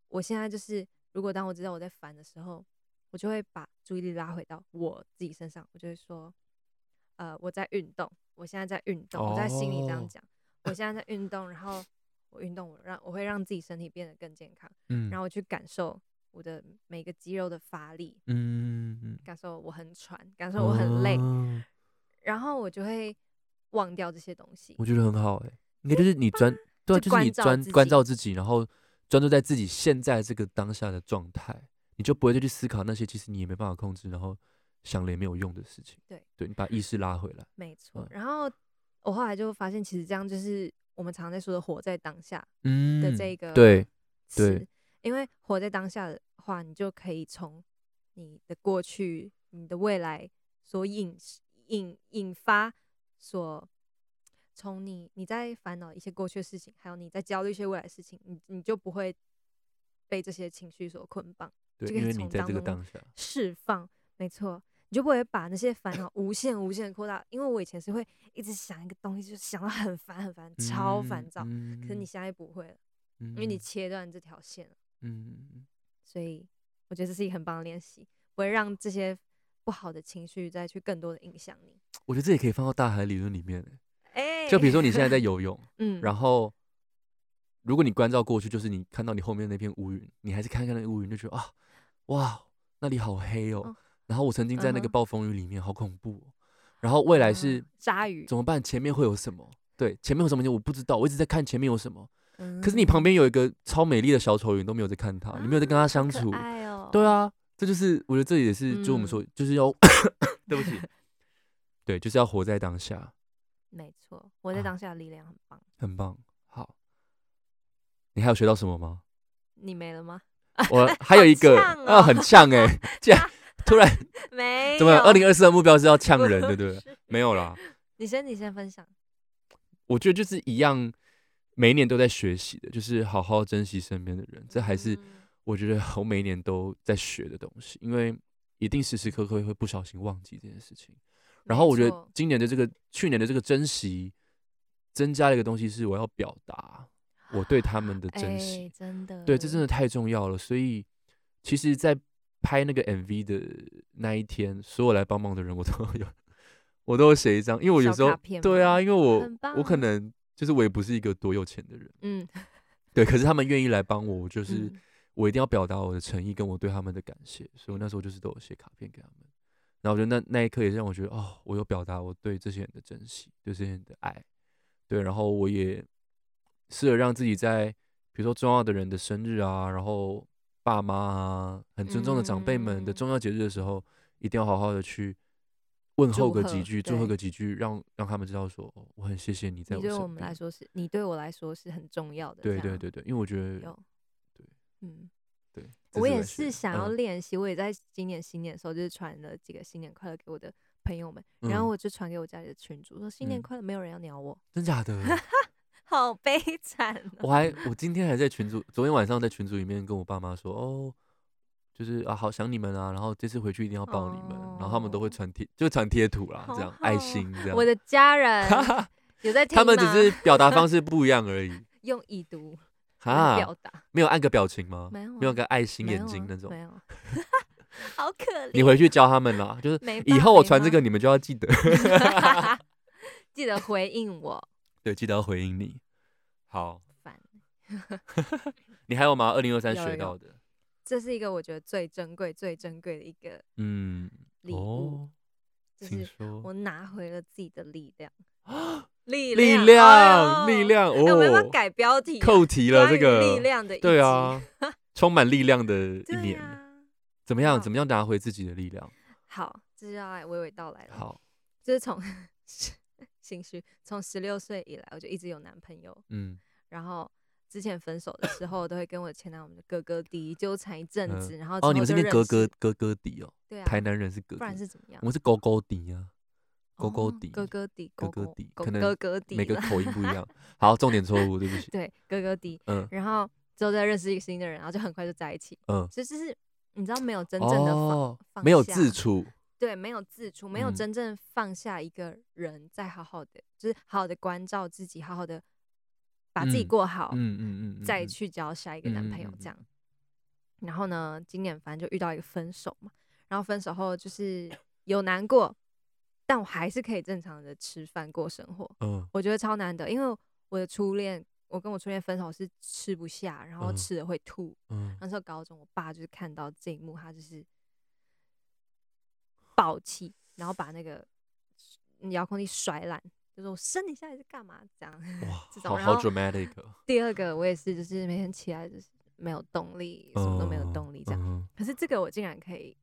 [SPEAKER 2] 我现在就是，如果当我知道我在烦的时候，我就会把注意力拉回到我自己身上，我就会说，呃，我在运动，我现在在运动，我在心里这样
[SPEAKER 3] 哦
[SPEAKER 2] 讲，我现在在运动，然后我运动，我让我会让自己身体变得更健康，
[SPEAKER 3] 嗯，
[SPEAKER 2] 然
[SPEAKER 3] 后
[SPEAKER 2] 后我去感受我的每个肌肉的发力，
[SPEAKER 3] 嗯嗯，
[SPEAKER 2] 感受我很喘，感受我很累，
[SPEAKER 3] 哦
[SPEAKER 2] 然后我就会忘掉这些东西
[SPEAKER 3] 我。觉得很好哎，应该就是你专对啊，
[SPEAKER 2] 就
[SPEAKER 3] 就是你
[SPEAKER 2] 关照
[SPEAKER 3] 专
[SPEAKER 2] 自
[SPEAKER 3] 关
[SPEAKER 2] 己
[SPEAKER 3] 照自己，然后专注在自己现在这个当下的状态，你就不会再去思考那些其实你也没办法控制，然后想了也没有用的事情。
[SPEAKER 2] 对，
[SPEAKER 3] 对你把意识拉回来。
[SPEAKER 2] 没错
[SPEAKER 3] 嗯。
[SPEAKER 2] 然后我后来就发现，其实这样就是我们常常在说的活在当下。
[SPEAKER 3] 嗯
[SPEAKER 2] 的这个
[SPEAKER 3] 对，
[SPEAKER 2] 词
[SPEAKER 3] 对
[SPEAKER 2] 因为活在当下的话，你就可以从你的过去、你的未来所引引引发所。从你你在烦恼一些过去的事情，还有你在焦虑一些未来的事情，你你就不会被这些情绪所捆绑，
[SPEAKER 3] 对，
[SPEAKER 2] 就可
[SPEAKER 3] 因
[SPEAKER 2] 以
[SPEAKER 3] 为你
[SPEAKER 2] 从
[SPEAKER 3] 在
[SPEAKER 2] 当
[SPEAKER 3] 这个
[SPEAKER 2] 中
[SPEAKER 3] 当下，
[SPEAKER 2] 释放，没错，你就不会把那些烦恼无限无限的扩大。因为我以前是会一直想一个东西，就想到很烦很烦，超烦躁。
[SPEAKER 3] 嗯。
[SPEAKER 2] 可是你现在不会了，
[SPEAKER 3] 因
[SPEAKER 2] 因为你切断这条线了。
[SPEAKER 3] 嗯，
[SPEAKER 2] 所以我觉得这是一个很棒的练习，不会让这些不好的情绪再去更多的影响你。
[SPEAKER 3] 我觉得这也可以放到大海理论里面欸。
[SPEAKER 2] 哎、
[SPEAKER 3] 就比如说你现在在游泳，
[SPEAKER 2] 嗯，
[SPEAKER 3] 然后如果你关照过去，就是你看到你后面那片乌云，你还是看看那个乌云，就觉得啊，哇，那里好黑哦。
[SPEAKER 2] 哦
[SPEAKER 3] 然后我曾经在那个
[SPEAKER 2] 嗯哼
[SPEAKER 3] 暴风雨里面，好恐怖、哦。然后未来
[SPEAKER 2] 啊
[SPEAKER 3] 是
[SPEAKER 2] 鲨鱼
[SPEAKER 3] 怎，么办？前面会有什么？对，前面有什么？我不知道，我一直在看前面有什么。
[SPEAKER 2] 嗯
[SPEAKER 3] 可是你旁边有一个超美丽的小丑鱼，你都没有在看它，你没有在跟它相
[SPEAKER 2] 嗯
[SPEAKER 3] 处
[SPEAKER 2] 可。爱哦，
[SPEAKER 3] 对啊，这就是我觉得这也是，就我们
[SPEAKER 2] 嗯
[SPEAKER 3] 说，就是要 对不起，对，就是要活在当下，
[SPEAKER 2] 没错，活在
[SPEAKER 3] 啊
[SPEAKER 2] 当下的力量很棒。
[SPEAKER 3] 很棒。好，你还有学到什么吗？
[SPEAKER 2] 你没了吗？
[SPEAKER 3] 我还有一个
[SPEAKER 2] 呛哦
[SPEAKER 3] 啊，很呛哎、 竟然突然
[SPEAKER 2] 没有，
[SPEAKER 3] 怎么？二零二四的目标是要呛
[SPEAKER 2] 不
[SPEAKER 3] 人，对不对？
[SPEAKER 2] 是
[SPEAKER 3] 没有啦，
[SPEAKER 2] 你先，你先分享。
[SPEAKER 3] 我觉得就是一样，每一年都在学习的，就是好好珍惜身边的人，这还是
[SPEAKER 2] 嗯
[SPEAKER 3] 我觉得我每一年都在学的东西，因为一定时时刻刻会不小心忘记这件事情。然后
[SPEAKER 2] 没
[SPEAKER 3] 我觉得
[SPEAKER 2] 错
[SPEAKER 3] 今年的这个、去年的这个珍惜，增加了一个东西，是我要表达我对他们的珍惜。
[SPEAKER 2] 哎真的，
[SPEAKER 3] 对，这真的太重要了。所以，其实，在拍那个 MV 的那一天，所有来帮忙的人我都有，我都有写一张，因为我有
[SPEAKER 2] 小
[SPEAKER 3] 时候
[SPEAKER 2] 卡片
[SPEAKER 3] 对
[SPEAKER 2] 吗
[SPEAKER 3] 啊，因为我
[SPEAKER 2] 很棒
[SPEAKER 3] 我可能就是我也不是一个多有钱的人，
[SPEAKER 2] 嗯，
[SPEAKER 3] 对，可是他们愿意来帮我，我就是、
[SPEAKER 2] 嗯
[SPEAKER 3] 我一定要表达我的诚意跟我对他们的感谢，所以我那时候就是都有写卡片给他们。然后我觉得那那一刻也是让我觉得哦，我有表达我对这些人的珍惜，对这些人的爱，对，然后我也试着让自己在比如说重要的人的生日啊，然后爸妈啊，很尊重的长辈们的
[SPEAKER 2] 嗯
[SPEAKER 3] 重要节日的时候，一定要好好的去问候
[SPEAKER 2] 祝
[SPEAKER 3] 个几
[SPEAKER 2] 贺
[SPEAKER 3] 句，祝贺
[SPEAKER 2] 对
[SPEAKER 3] 个几句，让让他们知道说、哦我很谢谢你在
[SPEAKER 2] 你
[SPEAKER 3] 我
[SPEAKER 2] 对
[SPEAKER 3] 身
[SPEAKER 2] 我
[SPEAKER 3] 边。
[SPEAKER 2] 们来说是，你对我来说是很重要的。
[SPEAKER 3] 对
[SPEAKER 2] 这
[SPEAKER 3] 对
[SPEAKER 2] 样
[SPEAKER 3] 对对，因为我觉得
[SPEAKER 2] 有，
[SPEAKER 3] 对，
[SPEAKER 2] 嗯，
[SPEAKER 3] 对，这
[SPEAKER 2] 我也
[SPEAKER 3] 我
[SPEAKER 2] 是
[SPEAKER 3] 学
[SPEAKER 2] 想要
[SPEAKER 3] 嗯
[SPEAKER 2] 练习，我也在今年新年的时候就是传了几个新年快乐给我的朋友们，然
[SPEAKER 3] 嗯
[SPEAKER 2] 后我就传给我家里的群主说新年
[SPEAKER 3] 嗯
[SPEAKER 2] 快乐，没有人要鸟我，
[SPEAKER 3] 真假的，
[SPEAKER 2] 好悲惨哦。
[SPEAKER 3] 我还我今天还在群组，昨天晚上在群组里面跟我爸妈说，哦，就是啊，好想你们啊，然后这次回去一定要抱你们，然后他们都会
[SPEAKER 2] 哦
[SPEAKER 3] 传贴，就传贴图啦，这样
[SPEAKER 2] 好
[SPEAKER 3] 爱
[SPEAKER 2] 好
[SPEAKER 3] 心这样，
[SPEAKER 2] 我的家人有在听
[SPEAKER 3] 他们只
[SPEAKER 2] 吗
[SPEAKER 3] 是表达 方式不一样而已
[SPEAKER 2] 用已读来
[SPEAKER 3] 哈
[SPEAKER 2] 表，达，
[SPEAKER 3] 没有按个表情吗？
[SPEAKER 2] 没有
[SPEAKER 3] 啊哦没有
[SPEAKER 2] 啊
[SPEAKER 3] 个爱心
[SPEAKER 2] 没
[SPEAKER 3] 眼
[SPEAKER 2] 有
[SPEAKER 3] 睛
[SPEAKER 2] 啊
[SPEAKER 3] 那种
[SPEAKER 2] 没，有 啊，好可怜。
[SPEAKER 3] 你回去教他们啦，就是
[SPEAKER 2] 没
[SPEAKER 3] 以
[SPEAKER 2] 办
[SPEAKER 3] 后我
[SPEAKER 2] 没
[SPEAKER 3] 传这
[SPEAKER 2] 办
[SPEAKER 3] 个你们就要记得，
[SPEAKER 2] 记得回应我。
[SPEAKER 3] 对，记得要回应你。好，
[SPEAKER 2] 烦，
[SPEAKER 3] 你还有吗？二零二三
[SPEAKER 2] 有
[SPEAKER 3] 学
[SPEAKER 2] 有
[SPEAKER 3] 到的，
[SPEAKER 2] 这是一个我觉得最珍贵、最珍贵的一个
[SPEAKER 3] 嗯，
[SPEAKER 2] 礼物，
[SPEAKER 3] 哦，
[SPEAKER 2] 就
[SPEAKER 3] 请
[SPEAKER 2] 是
[SPEAKER 3] 说。
[SPEAKER 2] 我拿回了自己的力 量，力
[SPEAKER 3] 力哦
[SPEAKER 2] 量，
[SPEAKER 3] 量，力。量
[SPEAKER 2] 哎，我们要不
[SPEAKER 3] 哦
[SPEAKER 2] 要，改标题啊？
[SPEAKER 3] 扣题了
[SPEAKER 2] 关
[SPEAKER 3] 这
[SPEAKER 2] 于力
[SPEAKER 3] 个，
[SPEAKER 2] 量的一
[SPEAKER 3] 对
[SPEAKER 2] 集，
[SPEAKER 3] 啊，充满力量的一
[SPEAKER 2] 对
[SPEAKER 3] 年，
[SPEAKER 2] 啊。
[SPEAKER 3] 怎么样？
[SPEAKER 2] 好
[SPEAKER 3] 怎么样拿回自己的力量？
[SPEAKER 2] 好，这就要来娓娓道来了。
[SPEAKER 3] 好，
[SPEAKER 2] 就是从 心虚，从十六岁以来，我就一直有男朋友，
[SPEAKER 3] 嗯
[SPEAKER 2] 然后。之前分手的时候，都会跟我前男友的哥哥弟纠缠一阵
[SPEAKER 3] 嗯
[SPEAKER 2] 子，然后之
[SPEAKER 3] 哦，
[SPEAKER 2] 后
[SPEAKER 3] 你们是
[SPEAKER 2] 就
[SPEAKER 3] 念
[SPEAKER 2] 认
[SPEAKER 3] 哥
[SPEAKER 2] 识
[SPEAKER 3] 哥哥哥底哦，
[SPEAKER 2] 对啊，
[SPEAKER 3] 台南人是哥
[SPEAKER 2] 不
[SPEAKER 3] 哥
[SPEAKER 2] 然
[SPEAKER 3] 底，
[SPEAKER 2] 是怎么样
[SPEAKER 3] 我？们是狗狗底啊，狗狗
[SPEAKER 2] 哦
[SPEAKER 3] 底，
[SPEAKER 2] 哥哥底，
[SPEAKER 3] 哥
[SPEAKER 2] 狗
[SPEAKER 3] 哥
[SPEAKER 2] 狗
[SPEAKER 3] 底
[SPEAKER 2] 狗
[SPEAKER 3] 可能
[SPEAKER 2] 哥哥底
[SPEAKER 3] 每个
[SPEAKER 2] 啦
[SPEAKER 3] 口音不一样。好，重点错误，对 不起。
[SPEAKER 2] 对哥哥底。
[SPEAKER 3] 嗯
[SPEAKER 2] 然后之后再认识一个新的人，然后就很快就在一起。
[SPEAKER 3] 嗯，
[SPEAKER 2] 所以就是你知道没有真正的放，
[SPEAKER 3] 哦，没有
[SPEAKER 2] 下
[SPEAKER 3] 自处，
[SPEAKER 2] 对，没有自处，没有
[SPEAKER 3] 嗯
[SPEAKER 2] 真正放下一个人，再好好的，就是好好的关照自己，好好的把自己
[SPEAKER 3] 嗯
[SPEAKER 2] 过好，
[SPEAKER 3] 嗯嗯嗯，嗯
[SPEAKER 2] 再
[SPEAKER 3] 嗯
[SPEAKER 2] 去交下一个男朋友
[SPEAKER 3] 嗯嗯嗯
[SPEAKER 2] 这样。然后呢，今年反正就遇到一个分手嘛，然后分手后就是有难过，但我还是可以正常的吃饭过生活，
[SPEAKER 3] 嗯
[SPEAKER 2] 我觉得超难得，因为我的初恋，我跟我初恋分手是吃不下，然后
[SPEAKER 3] 嗯
[SPEAKER 2] 吃了会吐。
[SPEAKER 3] 嗯，
[SPEAKER 2] 那时候高中，我爸就是看到这一幕，他就是暴气，然后把那个遥控器甩烂，就说我生你下来是干嘛？这样。
[SPEAKER 3] 哇
[SPEAKER 2] 这，种
[SPEAKER 3] 好
[SPEAKER 2] 然
[SPEAKER 3] 好
[SPEAKER 2] 后
[SPEAKER 3] dramatic，哦
[SPEAKER 2] 第二个，我也是，就是每天起来就是没有动力，什么都没有
[SPEAKER 3] 嗯
[SPEAKER 2] 动力这样。
[SPEAKER 3] 嗯
[SPEAKER 2] 可是这个我竟然可以，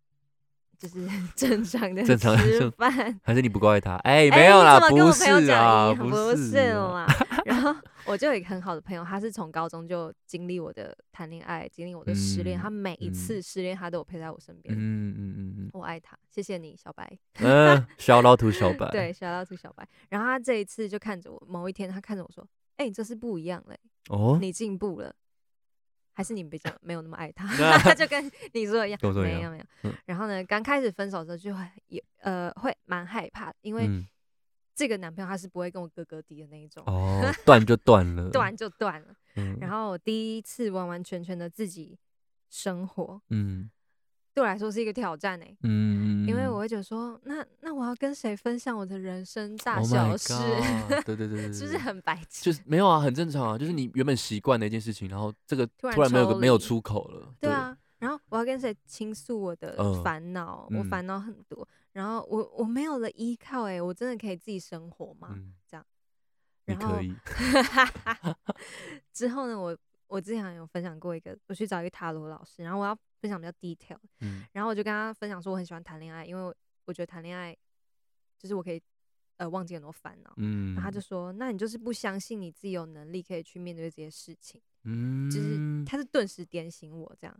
[SPEAKER 2] 就是 正常的
[SPEAKER 3] 正常地
[SPEAKER 2] 吃
[SPEAKER 3] 生
[SPEAKER 2] 饭。
[SPEAKER 3] 还是你不够爱他？哎、没
[SPEAKER 2] 哎
[SPEAKER 3] 有
[SPEAKER 2] 你
[SPEAKER 3] 啦，
[SPEAKER 2] 怎么跟
[SPEAKER 3] 不
[SPEAKER 2] 我朋友
[SPEAKER 3] 是
[SPEAKER 2] 讲
[SPEAKER 3] 啊，
[SPEAKER 2] 一样不
[SPEAKER 3] 是
[SPEAKER 2] 是哦
[SPEAKER 3] 啊，
[SPEAKER 2] 啦。 然后我就有一个很好的朋友，他是从高中就经历我的谈恋爱，经历我的失恋，
[SPEAKER 3] 嗯
[SPEAKER 2] 他每一
[SPEAKER 3] 嗯
[SPEAKER 2] 次失恋他都有陪在我身边。
[SPEAKER 3] 嗯嗯嗯
[SPEAKER 2] 我爱他，谢谢你，小白。
[SPEAKER 3] 嗯，嗯，小老土小白，
[SPEAKER 2] 对，，小到兔小白。然后他这一次就看着我，某一天他看着我说：“哎、你这次不一样了、
[SPEAKER 3] 哦，
[SPEAKER 2] 你进步了，还是你比较没有那么爱 他？”
[SPEAKER 3] 那
[SPEAKER 2] 他就跟你说的一样，
[SPEAKER 3] 跟我说的一
[SPEAKER 2] 没有
[SPEAKER 3] 样
[SPEAKER 2] 没有。
[SPEAKER 3] 嗯
[SPEAKER 2] 然后呢，刚开始分手的时候就会也呃会蛮害怕的，因为
[SPEAKER 3] 嗯，
[SPEAKER 2] 这个男朋友他是不会跟我哥哥敌的那一种，
[SPEAKER 3] 哦，断就断了，
[SPEAKER 2] 断，就断了。
[SPEAKER 3] 嗯，
[SPEAKER 2] 然后我第一次完完全全的自己生活，
[SPEAKER 3] 嗯
[SPEAKER 2] 对我来说是一个挑战哎、
[SPEAKER 3] 嗯，
[SPEAKER 2] 因为我会觉得说，那那我要跟谁分享我的人生大
[SPEAKER 3] Oh
[SPEAKER 2] 小
[SPEAKER 3] my
[SPEAKER 2] 事
[SPEAKER 3] God，对对对对，
[SPEAKER 2] 是不
[SPEAKER 3] 对
[SPEAKER 2] 是很白痴？
[SPEAKER 3] 就是没有啊，很正常啊，就是你原本习惯的一件事情，然后这个
[SPEAKER 2] 突然
[SPEAKER 3] 突然没有个
[SPEAKER 2] 抽
[SPEAKER 3] 没有
[SPEAKER 2] 离
[SPEAKER 3] 出口了，
[SPEAKER 2] 对，啊，然后我要跟谁倾诉我的
[SPEAKER 3] 嗯
[SPEAKER 2] 烦恼？我
[SPEAKER 3] 嗯
[SPEAKER 2] 烦恼很多，然后我我没有了依靠、欸，我真的可以自己生活吗？
[SPEAKER 3] 嗯，
[SPEAKER 2] 这样，
[SPEAKER 3] 你
[SPEAKER 2] 然后
[SPEAKER 3] 可以，
[SPEAKER 2] 之后呢，我我之前有分享过一个，我去找一个塔罗老师，然后我要分享比较 detail，
[SPEAKER 3] 嗯
[SPEAKER 2] 然后我就跟他分享说我很喜欢谈恋爱，因为我我觉得谈恋爱就是我可以呃忘记很多烦恼。
[SPEAKER 3] 嗯，
[SPEAKER 2] 然后他就说：“那你就是不相信你自己有能力可以去面对这些事情。”
[SPEAKER 3] 嗯，
[SPEAKER 2] 就是他是顿时点醒我这样，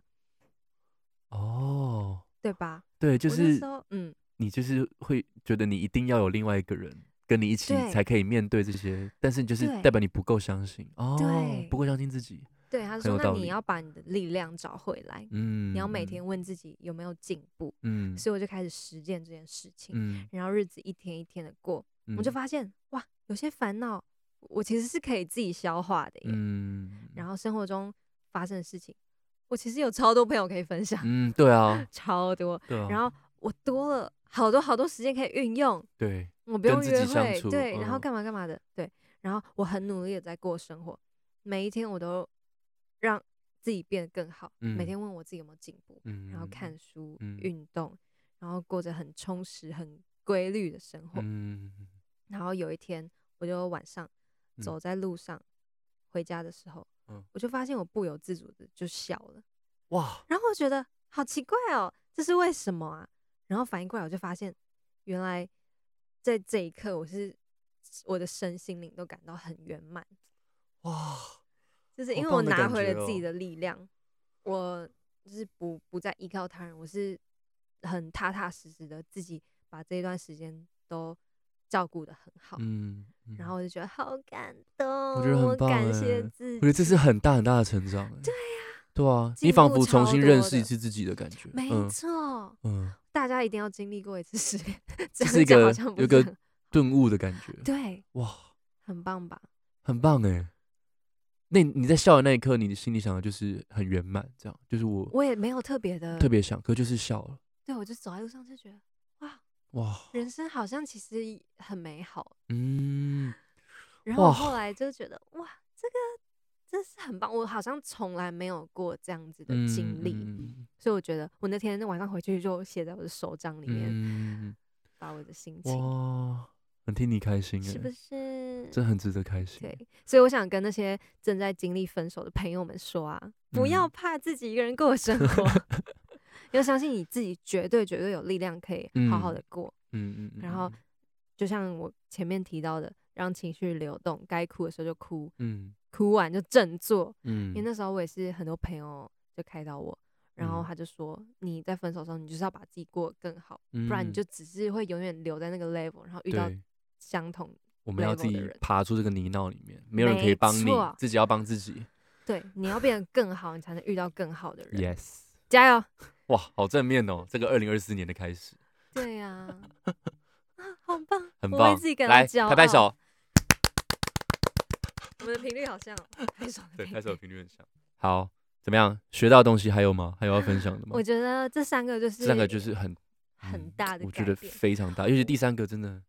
[SPEAKER 3] 哦，
[SPEAKER 2] 对吧？
[SPEAKER 3] 对，就
[SPEAKER 2] 我那
[SPEAKER 3] 是
[SPEAKER 2] 时候嗯，
[SPEAKER 3] 你就是会觉得你一定要有另外一个人跟你一起
[SPEAKER 2] 对
[SPEAKER 3] 才可以面对这些，但是你就是
[SPEAKER 2] 对
[SPEAKER 3] 代表你不够相信哦，
[SPEAKER 2] 对
[SPEAKER 3] 不够相信自己，
[SPEAKER 2] 对，他
[SPEAKER 3] 很
[SPEAKER 2] 说
[SPEAKER 3] 有
[SPEAKER 2] 那
[SPEAKER 3] 道
[SPEAKER 2] 你
[SPEAKER 3] 理
[SPEAKER 2] 要把你的力量找回来，
[SPEAKER 3] 嗯，
[SPEAKER 2] 你要每
[SPEAKER 3] 嗯
[SPEAKER 2] 天，问自己有没有进步。
[SPEAKER 3] 嗯
[SPEAKER 2] 所以我就开始实践这件事情，
[SPEAKER 3] 嗯，
[SPEAKER 2] 然后日子一天一天的过，我就
[SPEAKER 3] 嗯，
[SPEAKER 2] 发现哇，有些烦恼我其实是可以自己消化的耶。
[SPEAKER 3] 嗯，
[SPEAKER 2] 然后生活中发生的事情，我其实有超多朋友可以分享，
[SPEAKER 3] 嗯，对啊，
[SPEAKER 2] 超多。
[SPEAKER 3] 对啊，
[SPEAKER 2] 然后我多了好多好多时间可以运用，
[SPEAKER 3] 对，
[SPEAKER 2] 我不用
[SPEAKER 3] 跟自己
[SPEAKER 2] 约
[SPEAKER 3] 相
[SPEAKER 2] 会
[SPEAKER 3] 处，
[SPEAKER 2] 对，然后
[SPEAKER 3] 嗯
[SPEAKER 2] 干嘛干嘛的，对，然后我很努力的在过生活，每一天我都让自己变得更好，每
[SPEAKER 3] 嗯
[SPEAKER 2] 天问我自己有没有进步，
[SPEAKER 3] 嗯，
[SPEAKER 2] 然后看书、
[SPEAKER 3] 嗯
[SPEAKER 2] 运动，然后过着很充实、很规律的生活。
[SPEAKER 3] 嗯，
[SPEAKER 2] 然后有一天，我就晚上
[SPEAKER 3] 嗯
[SPEAKER 2] 走在路上、回家的时候，
[SPEAKER 3] 嗯
[SPEAKER 2] 我就发现我不由自主的就笑了，
[SPEAKER 3] 哇，
[SPEAKER 2] 然后我觉得好奇怪哦，这是为什么啊？然后反应过来，我就发现原来在这一刻，我是我的身心灵都感到很圆满，
[SPEAKER 3] 哇，
[SPEAKER 2] 就是
[SPEAKER 3] 好
[SPEAKER 2] 因为
[SPEAKER 3] 棒
[SPEAKER 2] 我
[SPEAKER 3] 的
[SPEAKER 2] 拿
[SPEAKER 3] 感
[SPEAKER 2] 回
[SPEAKER 3] 觉
[SPEAKER 2] 了自己
[SPEAKER 3] 哦
[SPEAKER 2] 的力量，我就是不不再依靠他人，我是很踏踏实实的自己把这一段时间都照顾的很好，
[SPEAKER 3] 嗯，嗯
[SPEAKER 2] 然后我就觉得好感动，
[SPEAKER 3] 我觉得很棒
[SPEAKER 2] 感谢
[SPEAKER 3] 欸
[SPEAKER 2] 自
[SPEAKER 3] 我觉得这
[SPEAKER 2] 己
[SPEAKER 3] 是很大很大的成长欸，对呀，对啊，你
[SPEAKER 2] 进
[SPEAKER 3] 仿
[SPEAKER 2] 步
[SPEAKER 3] 佛重
[SPEAKER 2] 超
[SPEAKER 3] 新认
[SPEAKER 2] 多
[SPEAKER 3] 识一
[SPEAKER 2] 的
[SPEAKER 3] 次自己的感觉，
[SPEAKER 2] 没
[SPEAKER 3] 嗯
[SPEAKER 2] 错，
[SPEAKER 3] 嗯，
[SPEAKER 2] 大家一定要经历过一次失恋，这
[SPEAKER 3] 这
[SPEAKER 2] 样
[SPEAKER 3] 是一
[SPEAKER 2] 讲好
[SPEAKER 3] 个
[SPEAKER 2] 像不是
[SPEAKER 3] 有个
[SPEAKER 2] 很
[SPEAKER 3] 顿悟的感觉，
[SPEAKER 2] 对，
[SPEAKER 3] 哇，
[SPEAKER 2] 很棒吧？
[SPEAKER 3] 很棒哎。那你你在笑的那一刻，你的心里想的就是很圆满，这样就是我
[SPEAKER 2] 我也没有特别的，
[SPEAKER 3] 特别想，可就是笑了，
[SPEAKER 2] 对我就走在路上就觉得，哇，
[SPEAKER 3] 哇，
[SPEAKER 2] 人生好像其实很美好。
[SPEAKER 3] 嗯，
[SPEAKER 2] 然后我
[SPEAKER 3] 哇
[SPEAKER 2] 后来就觉得，哇，这个真是很棒，我好像从来没有过这样子的
[SPEAKER 3] 嗯
[SPEAKER 2] 经历，
[SPEAKER 3] 嗯
[SPEAKER 2] 所以我觉得我那天晚上回去就写在我的手账里面，
[SPEAKER 3] 嗯
[SPEAKER 2] 把我的心情，
[SPEAKER 3] 哇，很替你开心哎，
[SPEAKER 2] 是不是？
[SPEAKER 3] 这很值得开心。
[SPEAKER 2] 对，所以我想跟那些正在经历分手的朋友们说啊，不要
[SPEAKER 3] 嗯
[SPEAKER 2] 怕自己一个人过生 活，要相信你自己，绝对绝对有力量可以好好
[SPEAKER 3] 嗯
[SPEAKER 2] 的过。
[SPEAKER 3] 嗯，嗯嗯，
[SPEAKER 2] 然后就像我前面提到的，让情绪流动，该哭的时候就哭，
[SPEAKER 3] 嗯
[SPEAKER 2] 哭完就振作。
[SPEAKER 3] 嗯，
[SPEAKER 2] 因为那时候我也是很多朋友就开导我，然后
[SPEAKER 3] 嗯
[SPEAKER 2] 他就说，你在分手的时候，你就是要把自己过得更好，不然你
[SPEAKER 3] 嗯
[SPEAKER 2] 就只是会永远留在那个 level，然后遇到
[SPEAKER 3] 对，
[SPEAKER 2] 相同。
[SPEAKER 3] 我们要
[SPEAKER 2] level
[SPEAKER 3] 自
[SPEAKER 2] 的
[SPEAKER 3] 己
[SPEAKER 2] 人
[SPEAKER 3] 爬出这个泥淖里面，没有人可以
[SPEAKER 2] 没
[SPEAKER 3] 帮你
[SPEAKER 2] 错，
[SPEAKER 3] 自己要帮自己。
[SPEAKER 2] 对，你要变得更好，你才能遇到更好的人。
[SPEAKER 3] Yes，
[SPEAKER 2] 加油！
[SPEAKER 3] 哇，好正面哦，这个二零二四年的开始
[SPEAKER 2] 对呀、 啊，好棒，
[SPEAKER 3] 很
[SPEAKER 2] 我为
[SPEAKER 3] 棒
[SPEAKER 2] 自己，感到
[SPEAKER 3] 来
[SPEAKER 2] 骄傲。
[SPEAKER 3] 拍拍手，
[SPEAKER 2] 我们的频率好像 哦、拍手 的
[SPEAKER 3] 对，
[SPEAKER 2] 频
[SPEAKER 3] 拍手
[SPEAKER 2] 率
[SPEAKER 3] 频率很像。好，怎么样？学到的东西还有吗？还有要分享的吗
[SPEAKER 2] 我？觉得这三个就是
[SPEAKER 3] 嗯这三个就是很
[SPEAKER 2] 很
[SPEAKER 3] 嗯
[SPEAKER 2] 大的
[SPEAKER 3] 我觉
[SPEAKER 2] 改
[SPEAKER 3] 得
[SPEAKER 2] 变，
[SPEAKER 3] 非常大，尤其第三个真的，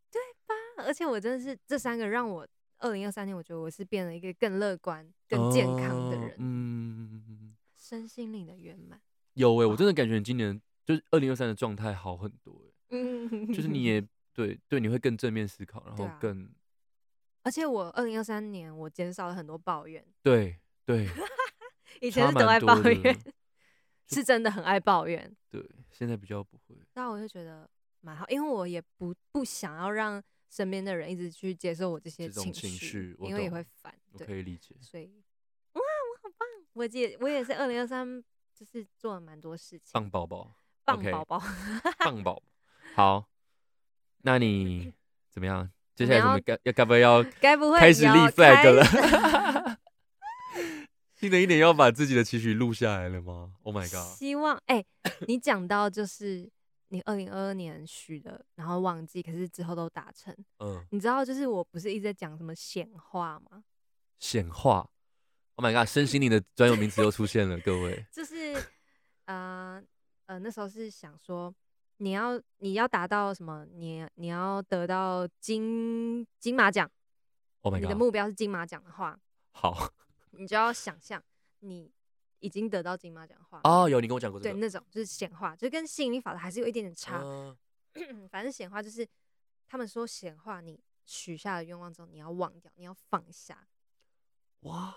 [SPEAKER 2] 而且我真的是这三个让我二零二三年，我觉得我是变了一个更乐观、 更健康的
[SPEAKER 3] 哦
[SPEAKER 2] 人，
[SPEAKER 3] 嗯，
[SPEAKER 2] 身心灵的圆满。
[SPEAKER 3] 有诶、我真的感觉你今年就是二零二三的状态好很多、欸，
[SPEAKER 2] 嗯，
[SPEAKER 3] 就是你，也对对，你会更正面思考，然
[SPEAKER 2] 对
[SPEAKER 3] 后
[SPEAKER 2] 啊
[SPEAKER 3] 更
[SPEAKER 2] 而且我二零二三年我减少了很多抱怨，
[SPEAKER 3] 对 对，
[SPEAKER 2] 以
[SPEAKER 3] 以
[SPEAKER 2] 前是都爱抱怨，
[SPEAKER 3] 就是
[SPEAKER 2] 真的很爱抱怨，
[SPEAKER 3] 对，现在比较不会，
[SPEAKER 2] 那我就觉得蛮好，因为我也不不想要让身边的人一直去接受我这些
[SPEAKER 3] 这种情绪我
[SPEAKER 2] 因为也会
[SPEAKER 3] 懂
[SPEAKER 2] 烦，
[SPEAKER 3] 我可
[SPEAKER 2] 对，
[SPEAKER 3] 以理解，
[SPEAKER 2] 所以哇，我好棒，我也我也是二零二三，就是做了蛮多事情，
[SPEAKER 3] 棒 宝宝，
[SPEAKER 2] 棒
[SPEAKER 3] OK
[SPEAKER 2] 宝宝，
[SPEAKER 3] 棒宝宝，好，那你怎么样？
[SPEAKER 2] 嗯
[SPEAKER 3] 接
[SPEAKER 2] 我
[SPEAKER 3] 下来
[SPEAKER 2] 们
[SPEAKER 3] 我
[SPEAKER 2] 要
[SPEAKER 3] 们该要该不会要
[SPEAKER 2] 该不会
[SPEAKER 3] 开始
[SPEAKER 2] 要
[SPEAKER 3] 立 flag
[SPEAKER 2] 开始
[SPEAKER 3] 了？新的一年要把自己的期许录下来了吗？Oh my god！
[SPEAKER 2] 希望哎、你讲到就是你二零二二年许的，然后忘记，可是之后都达成，
[SPEAKER 3] 嗯，
[SPEAKER 2] 你知道就是我不是一直在讲什么显化吗？
[SPEAKER 3] 显化，Oh my god！身心灵的专有名词又出现了，各位。
[SPEAKER 2] 就是呃呃，那时候是想说，你要你要达到什么？你你要得到金金马奖
[SPEAKER 3] Oh my
[SPEAKER 2] 你的
[SPEAKER 3] god！
[SPEAKER 2] 目标是金马奖的话，
[SPEAKER 3] 好
[SPEAKER 2] 你就要想象你已经得到金马奖的话，
[SPEAKER 3] 哦，有你跟我讲过这
[SPEAKER 2] 对，
[SPEAKER 3] 个，
[SPEAKER 2] 那种就是显化，就跟吸引力法则还是有一点点差。
[SPEAKER 3] 嗯
[SPEAKER 2] 反正显化就是他们说显化，你许下的愿望之后，你要忘掉，你要放下，
[SPEAKER 3] 哇，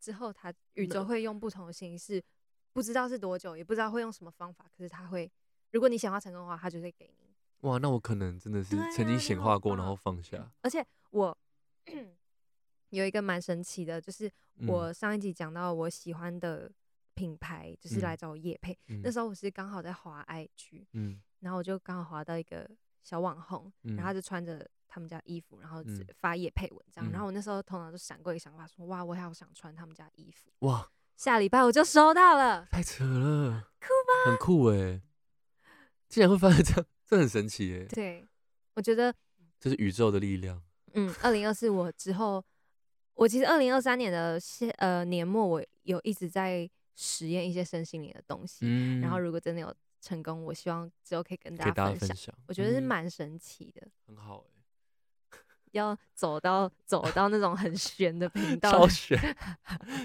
[SPEAKER 2] 之后它宇
[SPEAKER 3] 那
[SPEAKER 2] 宙会用不同的形式，不知道是多久，也不知道会用什么方法，可是它会，如果你显化成功的话，它就会给你。
[SPEAKER 3] 哇，那我可能真的是
[SPEAKER 2] 对啊
[SPEAKER 3] 曾经
[SPEAKER 2] 你
[SPEAKER 3] 显
[SPEAKER 2] 好
[SPEAKER 3] 化过，然
[SPEAKER 2] 棒
[SPEAKER 3] 后放下。
[SPEAKER 2] 而且我 有一个蛮神奇的，就是
[SPEAKER 3] 嗯
[SPEAKER 2] 我上一集讲到我喜欢的品牌，就是来
[SPEAKER 3] 嗯
[SPEAKER 2] 找我夜配。
[SPEAKER 3] 嗯
[SPEAKER 2] 那时候我是刚好在滑 IG，
[SPEAKER 3] 嗯
[SPEAKER 2] 然后我就刚好滑到一个小网红，
[SPEAKER 3] 嗯
[SPEAKER 2] 然后他就穿着他们家衣服，然后只
[SPEAKER 3] 嗯
[SPEAKER 2] 发夜配文章。然
[SPEAKER 3] 嗯
[SPEAKER 2] 后我那时候头脑就闪过一个想法，说哇，我好想穿他们家衣服。
[SPEAKER 3] 哇，
[SPEAKER 2] 下礼拜我就收到了，
[SPEAKER 3] 太扯了，酷吧？很酷哎，竟然会发生这样， 这很神奇哎，
[SPEAKER 2] 对，我觉得，
[SPEAKER 3] 这是宇宙的力量。
[SPEAKER 2] 嗯，二零二四我之后，我其实二零二三年的现呃年末，我有一直在实验一些身心灵的东西。
[SPEAKER 3] 嗯
[SPEAKER 2] 然后如果真的有成功，我希望之后可以跟大
[SPEAKER 3] 给大
[SPEAKER 2] 家
[SPEAKER 3] 家
[SPEAKER 2] 分
[SPEAKER 3] 分
[SPEAKER 2] 享，
[SPEAKER 3] 享，
[SPEAKER 2] 我觉得是
[SPEAKER 3] 嗯
[SPEAKER 2] 蛮神奇的。
[SPEAKER 3] 很好欸
[SPEAKER 2] 要走到走到那种很玄的 频道
[SPEAKER 3] 超，悬，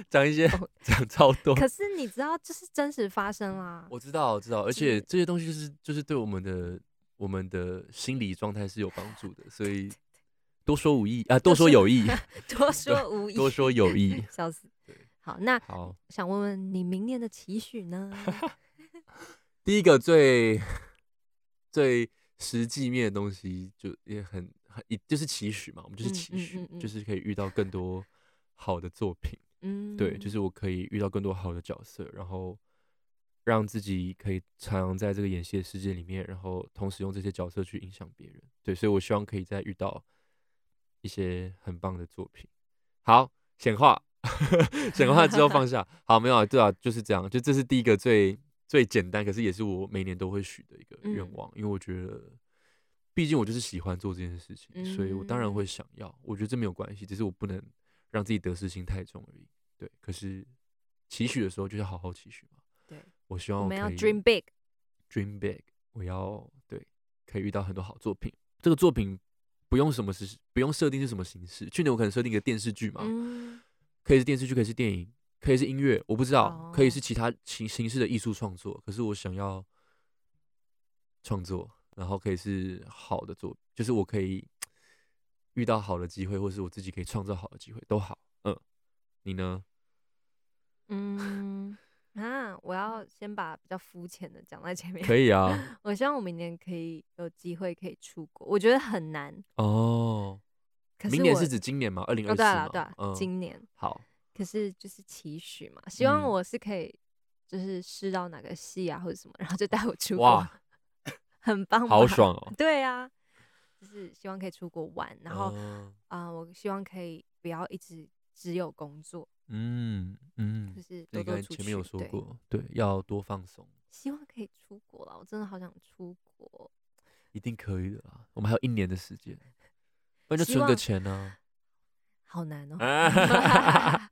[SPEAKER 3] 讲一些
[SPEAKER 2] 哦
[SPEAKER 3] 讲超多。
[SPEAKER 2] 可是你知道，这是真实发生啦、
[SPEAKER 3] 我知道，我知道，而
[SPEAKER 2] 就
[SPEAKER 3] 且
[SPEAKER 2] 是
[SPEAKER 3] 这些东西就是就是对我们的我们的心理状态是有帮助的，所以多说无益啊，多
[SPEAKER 2] 多
[SPEAKER 3] 说
[SPEAKER 2] 说
[SPEAKER 3] 有益，
[SPEAKER 2] 多说无益，。
[SPEAKER 3] 多说有益
[SPEAKER 2] 笑死
[SPEAKER 3] 对。
[SPEAKER 2] 好，那
[SPEAKER 3] 好，
[SPEAKER 2] 想问问你明年的期许 呢？
[SPEAKER 3] 第一个最最实际面的东西，就也很很也就是期许嘛，我们就是
[SPEAKER 2] 嗯
[SPEAKER 3] 期
[SPEAKER 2] 嗯
[SPEAKER 3] 许，
[SPEAKER 2] 嗯嗯
[SPEAKER 3] 就是可以遇到更多好的作品。
[SPEAKER 2] 嗯，
[SPEAKER 3] 对，就是是我可以遇到更多好的角色，然后让自己可以徜徉在这个演戏的世界里面，然后同时用这些角色去影响别人。对，所以我希望可以再遇到一些很棒的作品。好，显化， 显化之后放下。好，没有啊，对啊，就是这样。就这是第一个最最简单，可是也是我每年都会许的一个愿
[SPEAKER 2] 嗯
[SPEAKER 3] 望，因为我觉得。毕竟我就是喜欢做这件事情，所以我当然会
[SPEAKER 2] 嗯
[SPEAKER 3] 想要。我觉得这没有关系，只是我不能让自己得失心太重而已。对，可是期许的时候就是好好期许嘛。
[SPEAKER 2] 对，
[SPEAKER 3] 我希望
[SPEAKER 2] 我们要
[SPEAKER 3] 可以
[SPEAKER 2] dream big。
[SPEAKER 3] dream big，我要对可以遇到很多好作品。这个作品不用什么是不用设定是什么形式。去年我可能设定一个电视剧嘛，
[SPEAKER 2] 嗯，
[SPEAKER 3] 可以是电视剧，可以是电影，可以是音乐，我不知道，可以是
[SPEAKER 2] 哦
[SPEAKER 3] 其他形形式的艺术创作。可是我想要创作，然后可以是好的作，就是我可以遇到好的机会，或是我自己可以创造好的机会都好。嗯，你 呢？
[SPEAKER 2] 嗯， 啊，我要先把比较肤浅的讲在前面。
[SPEAKER 3] 可以啊。
[SPEAKER 2] 我希望我明年可以有机会可以出国，我觉得很难。
[SPEAKER 3] 哦，
[SPEAKER 2] 可是
[SPEAKER 3] 明年
[SPEAKER 2] 我
[SPEAKER 3] 是指今年吗？二零
[SPEAKER 2] 哦，
[SPEAKER 3] 二四
[SPEAKER 2] 对啊，
[SPEAKER 3] 吗？
[SPEAKER 2] 对啊，
[SPEAKER 3] 嗯，
[SPEAKER 2] 今年。
[SPEAKER 3] 好，
[SPEAKER 2] 可是就是期许嘛，希望
[SPEAKER 3] 嗯
[SPEAKER 2] 我是可以就是试到哪个戏啊或者什么，然后就带我出国
[SPEAKER 3] 哇，，
[SPEAKER 2] 很棒，
[SPEAKER 3] 好。爽哦。
[SPEAKER 2] 对啊，就是希望可以出国玩， 然后
[SPEAKER 3] 嗯
[SPEAKER 2] 啊、呃我希望可以不要一直只有工作，
[SPEAKER 3] 嗯嗯
[SPEAKER 2] 就，是多
[SPEAKER 3] 这应该
[SPEAKER 2] 多出去。
[SPEAKER 3] 前面有说
[SPEAKER 2] 对，
[SPEAKER 3] 过，对，要多放松。
[SPEAKER 2] 希望可以出国啦，我真的好想出国。
[SPEAKER 3] 一定可以的啦。我们还有一年的时间，不然就
[SPEAKER 2] 希
[SPEAKER 3] 存个
[SPEAKER 2] 望
[SPEAKER 3] 钱啊呢、
[SPEAKER 2] 好难哦、
[SPEAKER 3] 啊。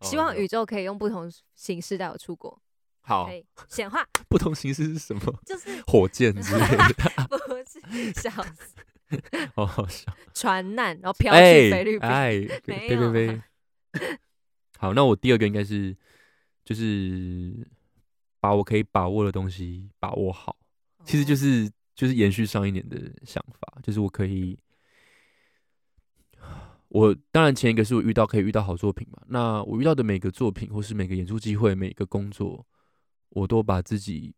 [SPEAKER 2] 希
[SPEAKER 3] 哦
[SPEAKER 2] 望
[SPEAKER 3] 有
[SPEAKER 2] 宇宙可以用不同形式带我出国，
[SPEAKER 3] 好
[SPEAKER 2] 可，以显化，
[SPEAKER 3] 不同形式是什么？
[SPEAKER 2] 就是
[SPEAKER 3] 火箭之类的，
[SPEAKER 2] 不是笑死
[SPEAKER 3] 好 好笑。
[SPEAKER 2] 船难，然后飘
[SPEAKER 3] 哎
[SPEAKER 2] 去菲律宾。
[SPEAKER 3] 哎，
[SPEAKER 2] 没
[SPEAKER 3] 呸呸
[SPEAKER 2] 有啊
[SPEAKER 3] 呸。好，那我第二个应该是就是把我可以把握的东西把握好。其实就
[SPEAKER 2] 哦
[SPEAKER 3] 是就是延续上一年的想法，就是我可以，我当然前一个是我遇到可以遇到好作品嘛，那我遇到的每个作品或是每个演出机会、每个工作，我都把自己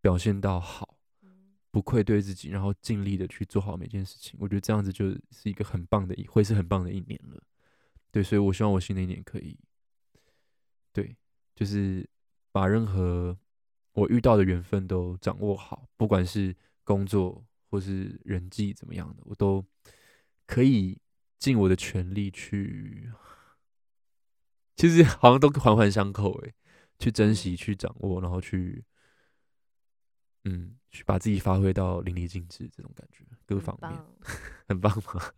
[SPEAKER 3] 表现到好，
[SPEAKER 2] 嗯
[SPEAKER 3] 不愧对自己，然后尽力的去做好每件事情，我觉得这样子就是一个很棒的一，会是很棒的一年了。对，所以我希望我新的一年可以，对，就是把任何我遇到的缘分都掌握好，不管是工作或是人际怎么样的，我都可以尽我的全力去。其实好像都环环相扣诶，去珍惜、去掌握，然后去，嗯，去把自己发挥到淋漓尽致，这种感觉各
[SPEAKER 2] 哦很
[SPEAKER 3] 方面
[SPEAKER 2] 棒
[SPEAKER 3] 很棒吗？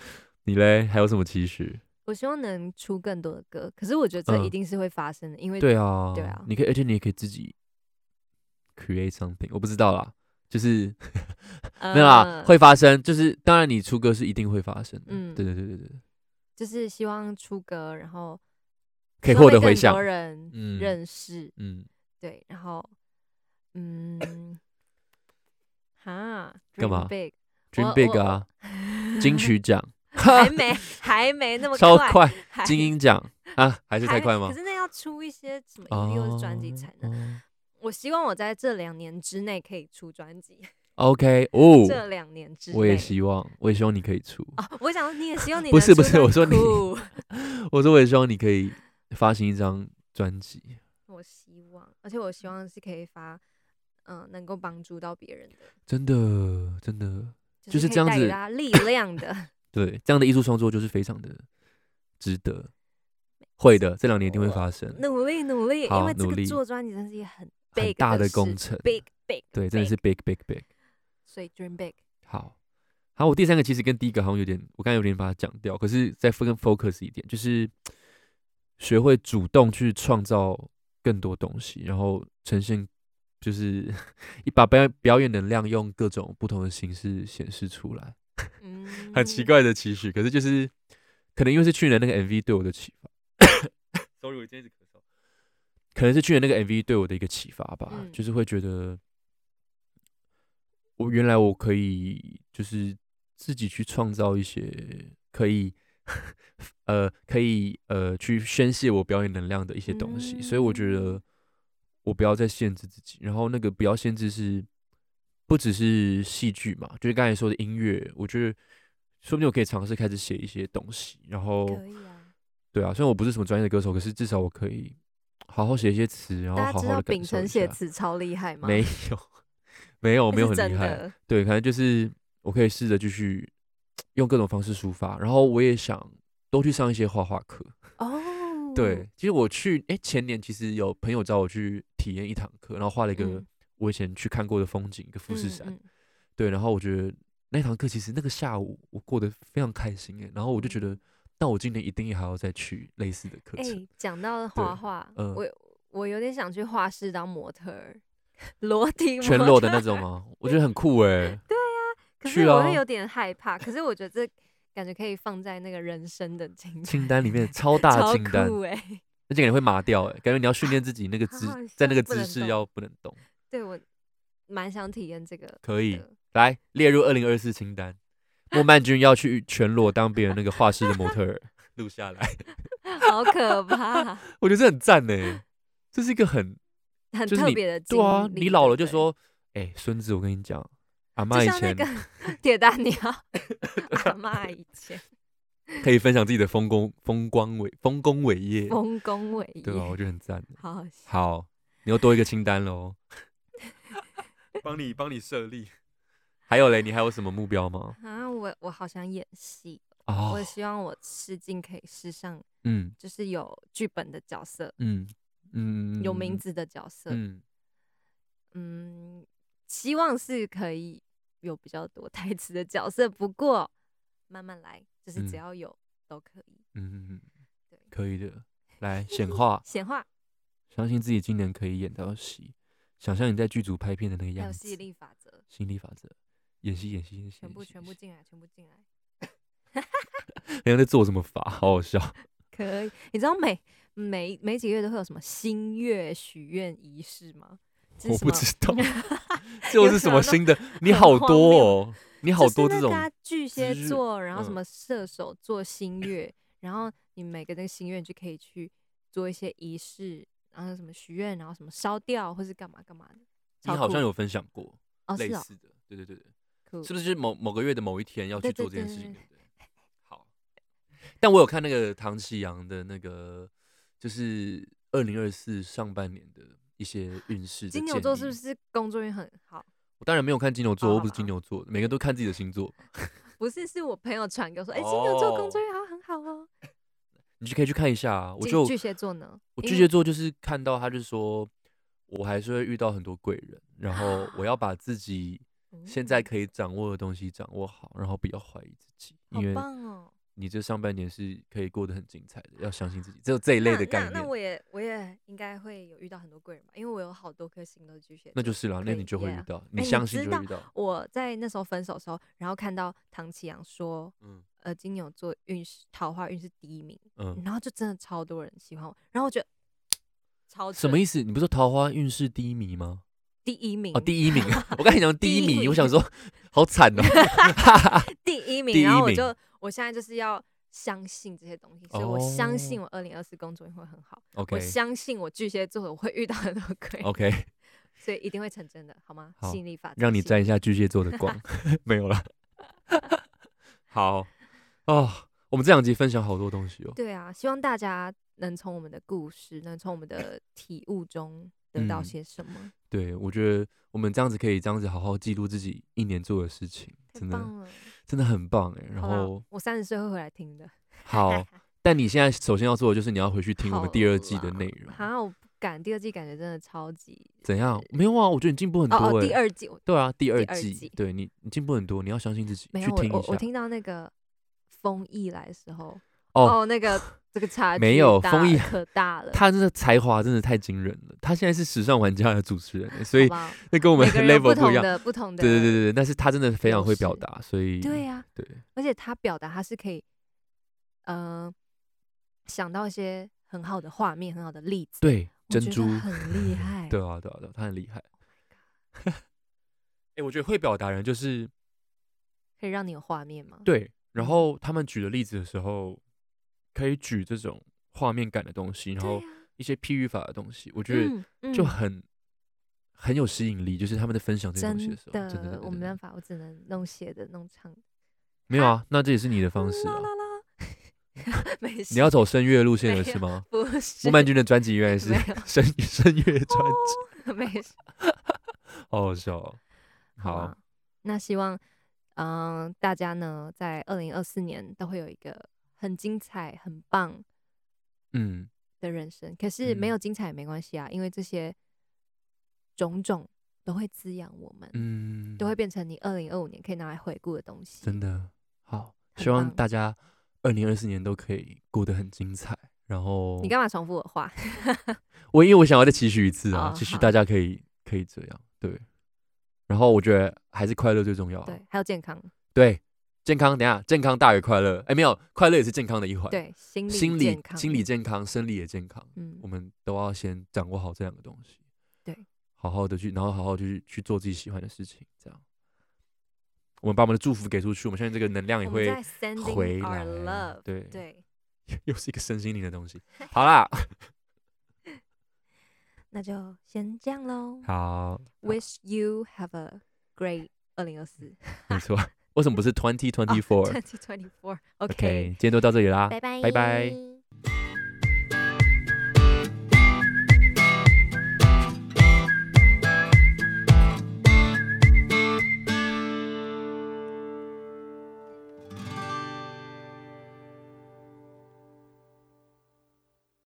[SPEAKER 3] 你嘞，还有什么期许？
[SPEAKER 2] 我希望能出更多的歌，可是我觉得这
[SPEAKER 3] 嗯
[SPEAKER 2] 一定是会发生的，因为
[SPEAKER 3] 对啊，
[SPEAKER 2] 对啊
[SPEAKER 3] 你可以，而且你也可以自己 create something。我不知道啦，就是、
[SPEAKER 2] 呃
[SPEAKER 3] 没有啦，会发生。就是当然，你出歌是一定会发生的。
[SPEAKER 2] 嗯
[SPEAKER 3] 对对对对对，
[SPEAKER 2] 就是希望出歌，然后
[SPEAKER 3] 可以
[SPEAKER 2] 希望
[SPEAKER 3] 获
[SPEAKER 2] 被
[SPEAKER 3] 得回
[SPEAKER 2] 更
[SPEAKER 3] 响
[SPEAKER 2] 多。人
[SPEAKER 3] 嗯
[SPEAKER 2] 认识，
[SPEAKER 3] 嗯，
[SPEAKER 2] 对，然后 嗯，哈，
[SPEAKER 3] 干
[SPEAKER 2] dream
[SPEAKER 3] 嘛
[SPEAKER 2] big
[SPEAKER 3] 军
[SPEAKER 2] 我
[SPEAKER 3] big
[SPEAKER 2] 我
[SPEAKER 3] 啊，金曲奖
[SPEAKER 2] 还没还没那么
[SPEAKER 3] 超
[SPEAKER 2] 快，
[SPEAKER 3] 快，
[SPEAKER 2] 还
[SPEAKER 3] 金鹰奖啊，还是
[SPEAKER 2] 还
[SPEAKER 3] 太快吗
[SPEAKER 2] 可？是那要出一些什么 EP 或
[SPEAKER 3] 哦
[SPEAKER 2] 是专辑才能。
[SPEAKER 3] 能。
[SPEAKER 2] 我希望我在这两年之内可以出专辑，
[SPEAKER 3] OK，哦，
[SPEAKER 2] 这两年之内。
[SPEAKER 3] 我也希望，我也希望你可以出。
[SPEAKER 2] 哦，我想你也希望你
[SPEAKER 3] 不
[SPEAKER 2] 能
[SPEAKER 3] 是
[SPEAKER 2] 出
[SPEAKER 3] 不是
[SPEAKER 2] 专
[SPEAKER 3] 我说你
[SPEAKER 2] 酷
[SPEAKER 3] 我说，我也希望你可以发行一张专辑。
[SPEAKER 2] 我希望，而且我希望是可以发，嗯、能够帮助到别人的，
[SPEAKER 3] 真的，真的，就是
[SPEAKER 2] 可以
[SPEAKER 3] 这样
[SPEAKER 2] 带给
[SPEAKER 3] 子
[SPEAKER 2] 大家力量 的。
[SPEAKER 3] 对，这样的艺术创作就是非常的值得，会的，这两年一定会发生，
[SPEAKER 2] 努力努力，因
[SPEAKER 3] 好
[SPEAKER 2] 为这
[SPEAKER 3] 努
[SPEAKER 2] 个
[SPEAKER 3] 力
[SPEAKER 2] 做专辑真是一个很 big
[SPEAKER 3] 很大
[SPEAKER 2] 的
[SPEAKER 3] 的
[SPEAKER 2] 事
[SPEAKER 3] 工程，
[SPEAKER 2] ，big big，
[SPEAKER 3] 对，真的是 big big big。
[SPEAKER 2] 所以 dream big。
[SPEAKER 3] 好，好，我第三个其实跟第一个好像有点，我刚才有点把它讲掉，可是再更 focus 一点，就是学会主动去创造更多东西，然后呈现就是 一把表演表演能量用各种不同的形式显示出来。
[SPEAKER 2] 嗯，
[SPEAKER 3] 很奇，怪的期许，可是就是可能因为是去年那个 MV 对我的启发。Sorry，我今天一直咳嗽。可能是去年那个 MV 对我的一个启发吧，
[SPEAKER 2] 嗯
[SPEAKER 3] 就是会觉得我原来我可以就是自己去创造一些可以呃可以呃去宣泄我表演能量的一些东西，所以我觉得
[SPEAKER 2] 嗯
[SPEAKER 3] 我不要再限制自己，然后那个不要限制是不只是戏剧嘛，就是刚才说的音乐，我觉得说不定我可以尝试开始写一些东西，然后
[SPEAKER 2] 可以啊。
[SPEAKER 3] 对啊，虽然我不是什么专业的歌手，可是至少我可以好好写一些词，然后
[SPEAKER 2] 大
[SPEAKER 3] 好
[SPEAKER 2] 家知
[SPEAKER 3] 好
[SPEAKER 2] 道
[SPEAKER 3] 的感
[SPEAKER 2] 秉
[SPEAKER 3] 受
[SPEAKER 2] 承
[SPEAKER 3] 一
[SPEAKER 2] 写
[SPEAKER 3] 下
[SPEAKER 2] 词超厉害吗？
[SPEAKER 3] 没有，没有，
[SPEAKER 2] 我
[SPEAKER 3] 没有很
[SPEAKER 2] 真
[SPEAKER 3] 厉害。
[SPEAKER 2] 的，
[SPEAKER 3] 对，可能就是我可以试着继续用各种方式抒发，然后我也想多去上一些画画课。
[SPEAKER 2] 哦，
[SPEAKER 3] 对，其实我去哎、前年其实有朋友找我去体验一堂课，然后画了一个
[SPEAKER 2] 嗯
[SPEAKER 3] 我以前去看过的风景，一个富士山。
[SPEAKER 2] 嗯嗯
[SPEAKER 3] 对，然后我觉得那堂课其实那个下午我过得非常开心哎，然后我
[SPEAKER 2] 嗯
[SPEAKER 3] 就觉得，那我今年一定还要再去类似的课
[SPEAKER 2] 哎、
[SPEAKER 3] 程。
[SPEAKER 2] 讲到画画，
[SPEAKER 3] 嗯
[SPEAKER 2] 我我有点想去画室当模特儿， 裸体
[SPEAKER 3] 全
[SPEAKER 2] 模
[SPEAKER 3] 裸
[SPEAKER 2] 特
[SPEAKER 3] 的那
[SPEAKER 2] 儿
[SPEAKER 3] 种吗？我觉得很酷哎。
[SPEAKER 2] 可
[SPEAKER 3] 去
[SPEAKER 2] 是我
[SPEAKER 3] 啊
[SPEAKER 2] 会有点害怕。可是我觉得这感觉可以放在那个人生的清单
[SPEAKER 3] 清单里面超大的
[SPEAKER 2] 超
[SPEAKER 3] 清单，
[SPEAKER 2] 酷哎、
[SPEAKER 3] 而且感觉会麻掉哎，感觉你要训练自 己那个
[SPEAKER 2] 好
[SPEAKER 3] 姿
[SPEAKER 2] 好，笑
[SPEAKER 3] 在那个
[SPEAKER 2] 不
[SPEAKER 3] 姿
[SPEAKER 2] 能
[SPEAKER 3] 势
[SPEAKER 2] 动
[SPEAKER 3] 要不能动。
[SPEAKER 2] 对我蛮想体验这个的。
[SPEAKER 3] 可以来列入二零二四清单，莫曼君要去全裸当别人那个画室的模特 儿，录下来。
[SPEAKER 2] 好可 怕，
[SPEAKER 3] 我觉得这很赞呢，这是一个很
[SPEAKER 2] 很
[SPEAKER 3] 就是
[SPEAKER 2] 特
[SPEAKER 3] 你
[SPEAKER 2] 别的经
[SPEAKER 3] 对
[SPEAKER 2] 历。
[SPEAKER 3] 啊，你老了就
[SPEAKER 2] 对
[SPEAKER 3] 说，哎，孙子，我跟你讲，阿
[SPEAKER 2] 不
[SPEAKER 3] 妈
[SPEAKER 2] 对，
[SPEAKER 3] 以
[SPEAKER 2] 就像那
[SPEAKER 3] 前
[SPEAKER 2] 个 铁达 尼号阿妈以前
[SPEAKER 3] 可以分享自己的丰功风光伟丰功伟业，
[SPEAKER 2] 丰功伟业，
[SPEAKER 3] 对啊，我觉得很赞。
[SPEAKER 2] 好好笑。
[SPEAKER 3] 好，你又多一个清单喽，帮你帮你设立。还有嘞，你还有什么目标吗？
[SPEAKER 2] 啊，我我好想演戏，
[SPEAKER 3] 哦
[SPEAKER 2] 我，希望我试镜可以试上，
[SPEAKER 3] 嗯
[SPEAKER 2] 就是有剧本的角色，
[SPEAKER 3] 嗯嗯，
[SPEAKER 2] 有名，字的角色，
[SPEAKER 3] 嗯，
[SPEAKER 2] 嗯，希望是可以有比较多台词的角色，不过慢慢来，就是只
[SPEAKER 3] 嗯
[SPEAKER 2] 要有都可以。
[SPEAKER 3] 嗯，
[SPEAKER 2] 对，
[SPEAKER 3] 可以的。来显化
[SPEAKER 2] 显化
[SPEAKER 3] 相信自己今年可以演到戏，想象你在剧组拍片的那个
[SPEAKER 2] 还
[SPEAKER 3] 样
[SPEAKER 2] 有
[SPEAKER 3] 子。
[SPEAKER 2] 吸引力法则，
[SPEAKER 3] 吸引力法则，演戏演戏演戏，
[SPEAKER 2] 全
[SPEAKER 3] 演
[SPEAKER 2] 部
[SPEAKER 3] 戏
[SPEAKER 2] 全
[SPEAKER 3] 演
[SPEAKER 2] 部
[SPEAKER 3] 戏
[SPEAKER 2] 进来，全部进来，
[SPEAKER 3] 人家在做什么法？好好笑。
[SPEAKER 2] 可以。你知道每每每几个月都会有什么新月许愿仪式吗？这是
[SPEAKER 3] 我
[SPEAKER 2] 什
[SPEAKER 3] 不
[SPEAKER 2] 么
[SPEAKER 3] 知道 这
[SPEAKER 2] 有
[SPEAKER 3] 又是
[SPEAKER 2] 什
[SPEAKER 3] 什
[SPEAKER 2] 么
[SPEAKER 3] 么
[SPEAKER 2] 都
[SPEAKER 3] 新的？你
[SPEAKER 2] 很
[SPEAKER 3] 好
[SPEAKER 2] 荒
[SPEAKER 3] 多
[SPEAKER 2] 谬
[SPEAKER 3] 哦，你好
[SPEAKER 2] 就是
[SPEAKER 3] 多这
[SPEAKER 2] 那
[SPEAKER 3] 种
[SPEAKER 2] 个啊巨蟹
[SPEAKER 3] 日
[SPEAKER 2] 座，然后什
[SPEAKER 3] 嗯
[SPEAKER 2] 么射手座、星月，然后你每个那个心愿就可以去做一些仪式，然后什么许愿，然后什么烧掉或是干嘛干嘛的。
[SPEAKER 3] 你
[SPEAKER 2] 超
[SPEAKER 3] 好
[SPEAKER 2] 酷
[SPEAKER 3] 像有分享过
[SPEAKER 2] 哦，
[SPEAKER 3] 类
[SPEAKER 2] 是哦，
[SPEAKER 3] 似的，对对对对。
[SPEAKER 2] 酷
[SPEAKER 3] 是不是就是某某个月的某一天要
[SPEAKER 2] 对
[SPEAKER 3] 去做这
[SPEAKER 2] 对
[SPEAKER 3] 件
[SPEAKER 2] 对
[SPEAKER 3] 事情？
[SPEAKER 2] 对
[SPEAKER 3] 对不对？好，但我有看那个唐启阳的那个，就是二零二四上半年的一些运势。
[SPEAKER 2] 金牛座是不？是工作运很好？
[SPEAKER 3] 我当然没有看金牛座，
[SPEAKER 2] 哦
[SPEAKER 3] 我不是金牛座，每个都看自己的星座。
[SPEAKER 2] 不是，是我朋友传给我说，哎、金牛座工作
[SPEAKER 3] 哦
[SPEAKER 2] 运好很好哦。
[SPEAKER 3] 你就可以去看一下、啊。我
[SPEAKER 2] 金
[SPEAKER 3] 就
[SPEAKER 2] 巨蟹座呢？
[SPEAKER 3] 我
[SPEAKER 2] 因
[SPEAKER 3] 巨
[SPEAKER 2] 为
[SPEAKER 3] 蟹座就是看到他，就是说我还是会遇到很多贵人，然后我要把自己现在
[SPEAKER 2] 哦
[SPEAKER 3] 可以掌握的东西掌握好，然后不要怀疑自己，因
[SPEAKER 2] 好
[SPEAKER 3] 为
[SPEAKER 2] 棒哦。
[SPEAKER 3] 你这上半年是可以过得很精彩的，要相信自己，只有这一类的概念，
[SPEAKER 2] 那那那我也我也应该会有遇到很多贵人吧，因为我有好多颗星都是巨蟹座。
[SPEAKER 3] 那就是啦，
[SPEAKER 2] 可
[SPEAKER 3] 那
[SPEAKER 2] 以
[SPEAKER 3] 你就会遇
[SPEAKER 2] yeah
[SPEAKER 3] 到，
[SPEAKER 2] 哎
[SPEAKER 3] 你
[SPEAKER 2] 你
[SPEAKER 3] 相信
[SPEAKER 2] 知
[SPEAKER 3] 就
[SPEAKER 2] 道
[SPEAKER 3] 会遇到。
[SPEAKER 2] 我在那时候分手的时候，然后看到唐启阳说，
[SPEAKER 3] 嗯
[SPEAKER 2] 呃，金牛座运势桃花运是第一名，
[SPEAKER 3] 嗯，
[SPEAKER 2] 然后就真的超多人喜欢我，然后我觉得超
[SPEAKER 3] 什么意
[SPEAKER 2] 思？
[SPEAKER 3] 思？你不是说桃花运势第一名吗？
[SPEAKER 2] 第一名
[SPEAKER 3] 哦，第一名，我刚才讲第一
[SPEAKER 2] 第一
[SPEAKER 3] 名，我
[SPEAKER 2] 名
[SPEAKER 3] 想说好惨哦。
[SPEAKER 2] 第一名，
[SPEAKER 3] 第
[SPEAKER 2] 然
[SPEAKER 3] 一
[SPEAKER 2] 后我
[SPEAKER 3] 名
[SPEAKER 2] 就我现在就是要相信这些东西，所以我相信我二零二四工作运会很好，
[SPEAKER 3] 哦 OK
[SPEAKER 2] 我相信我巨蟹座我会遇到很多贵人，
[SPEAKER 3] OK，
[SPEAKER 2] 所以一定会成真的，好吗？
[SPEAKER 3] 好
[SPEAKER 2] 吸引力法则，
[SPEAKER 3] 让你
[SPEAKER 2] 吸引
[SPEAKER 3] 沾一下巨蟹座的光， 没有啦。好哦，我们这两集分享好多东西哦。
[SPEAKER 2] 对啊，希望大家能从我们的故事，能从我们的体悟中得到
[SPEAKER 3] 嗯
[SPEAKER 2] 些什么。
[SPEAKER 3] 对，我觉得我们这样子可以这样子好好记录自己一年做的事情，真
[SPEAKER 2] 太
[SPEAKER 3] 的
[SPEAKER 2] 棒了！
[SPEAKER 3] 真的很棒哎。然
[SPEAKER 2] 好啦
[SPEAKER 3] 后
[SPEAKER 2] 我三十岁会回来听的。
[SPEAKER 3] 好，但你现在首先要做的就是你要回去听我们
[SPEAKER 2] 好
[SPEAKER 3] 第二季的
[SPEAKER 2] 啦
[SPEAKER 3] 内容。
[SPEAKER 2] 好，我不敢。第二季感觉真的超级
[SPEAKER 3] 怎样？没有啊，我觉得你进步很多
[SPEAKER 2] 哦哦，
[SPEAKER 3] 哎、
[SPEAKER 2] 第二季我
[SPEAKER 3] 对啊，第二
[SPEAKER 2] 第二季
[SPEAKER 3] 对你你进步很多，你要相信自己，
[SPEAKER 2] 没
[SPEAKER 3] 去
[SPEAKER 2] 有我
[SPEAKER 3] 听一
[SPEAKER 2] 我我
[SPEAKER 3] 下。
[SPEAKER 2] 听到那个风意来的时
[SPEAKER 3] 哦
[SPEAKER 2] 哦那个这个差距
[SPEAKER 3] 没有
[SPEAKER 2] 大
[SPEAKER 3] 丰毅
[SPEAKER 2] 可大了，
[SPEAKER 3] 他真的才华真的太惊人了，他现在是时尚玩家的主持人欸，所以
[SPEAKER 2] 好不好
[SPEAKER 3] 那 跟我们
[SPEAKER 2] 每个人有
[SPEAKER 3] level
[SPEAKER 2] 不
[SPEAKER 3] 不
[SPEAKER 2] 同
[SPEAKER 3] 一样。
[SPEAKER 2] 的不同的，
[SPEAKER 3] 对对对对，但是他真的非常
[SPEAKER 2] 优
[SPEAKER 3] 会表
[SPEAKER 2] 势
[SPEAKER 3] 达，所以
[SPEAKER 2] 对呀、
[SPEAKER 3] 对
[SPEAKER 2] 而且他表达他是可以，呃，想到一些很好的画面、很好的例子，
[SPEAKER 3] 对
[SPEAKER 2] 我觉
[SPEAKER 3] 珍
[SPEAKER 2] 得
[SPEAKER 3] 珠，
[SPEAKER 2] 很 厉害，
[SPEAKER 3] 对啊对啊对啊，他很厉害。哎、我觉得会表达人就是
[SPEAKER 2] 可以让你有画面吗？
[SPEAKER 3] 对，
[SPEAKER 2] 嗯
[SPEAKER 3] 然后他们举的例子的时候，可以举这种画面感的东西，然
[SPEAKER 2] 对
[SPEAKER 3] 后
[SPEAKER 2] 呀，
[SPEAKER 3] 一些譬喻法的东西，我觉得
[SPEAKER 2] 嗯嗯，
[SPEAKER 3] 就很、很有吸引力。就是他们在分享这些
[SPEAKER 2] 真
[SPEAKER 3] 东西的时候，真的真的
[SPEAKER 2] 的，我
[SPEAKER 3] 真
[SPEAKER 2] 没
[SPEAKER 3] 的
[SPEAKER 2] 办法，我只能弄写的、弄唱的
[SPEAKER 3] 没有啊，那这也是你的方式
[SPEAKER 2] 啦
[SPEAKER 3] 啊。
[SPEAKER 2] 啦啦， 没事，
[SPEAKER 3] 你要走声乐路线
[SPEAKER 2] 没
[SPEAKER 3] 了是
[SPEAKER 2] 有
[SPEAKER 3] 吗？
[SPEAKER 2] 不是
[SPEAKER 3] 吴曼君的专辑原来是
[SPEAKER 2] 没有
[SPEAKER 3] 声声乐专辑，
[SPEAKER 2] 没事，
[SPEAKER 3] 好好笑哦。
[SPEAKER 2] 啊
[SPEAKER 3] 好，
[SPEAKER 2] 那希望嗯、呃大家呢在二零二四年都会有一个很精彩、很棒
[SPEAKER 3] 嗯，
[SPEAKER 2] 的人生。可是没
[SPEAKER 3] 嗯
[SPEAKER 2] 有精彩也没关系啊，因为这些种种都会滋养我们，
[SPEAKER 3] 嗯，
[SPEAKER 2] 都会变成你二零二五年可以拿来回顾的东西。
[SPEAKER 3] 真的好，
[SPEAKER 2] 很
[SPEAKER 3] 希望
[SPEAKER 2] 棒
[SPEAKER 3] 大家二零二四年都可以过得很精彩。然后
[SPEAKER 2] 你干嘛重复我话？
[SPEAKER 3] 我因为我想要再期许一次啊
[SPEAKER 2] 哦，
[SPEAKER 3] 期许
[SPEAKER 2] 好
[SPEAKER 3] 大家可以可以这样对。然后我觉得还是快乐最重要啊、
[SPEAKER 2] 对，还有健康，
[SPEAKER 3] 对健康，等一下健康大于快乐，哎，没有，快乐也是健康的一环。，
[SPEAKER 2] 对，心理
[SPEAKER 3] 心理
[SPEAKER 2] 健康，
[SPEAKER 3] 心理，健康，生理也健康，
[SPEAKER 2] 嗯
[SPEAKER 3] 我，们都要先掌握好这两个东西。
[SPEAKER 2] 对，
[SPEAKER 3] 好好的去，然后好好地去去做自己喜欢的事情，这样。我们把我们的祝福给出去，我们相信这个能量也
[SPEAKER 2] 我们
[SPEAKER 3] 会
[SPEAKER 2] 在 sending
[SPEAKER 3] 回
[SPEAKER 2] our
[SPEAKER 3] 来
[SPEAKER 2] love，。
[SPEAKER 3] 对，
[SPEAKER 2] 对，
[SPEAKER 3] 又是一个身心灵的东西。 好啦，
[SPEAKER 2] 那就先这样喽。
[SPEAKER 3] 好，
[SPEAKER 2] Wish you have a great 二零二四
[SPEAKER 3] 没错。 为什么不是 twenty twenty four？
[SPEAKER 2] twenty twenty four。
[SPEAKER 3] OK，
[SPEAKER 2] OK，
[SPEAKER 3] 今天就到这里啦，
[SPEAKER 2] 拜拜，
[SPEAKER 3] 拜拜。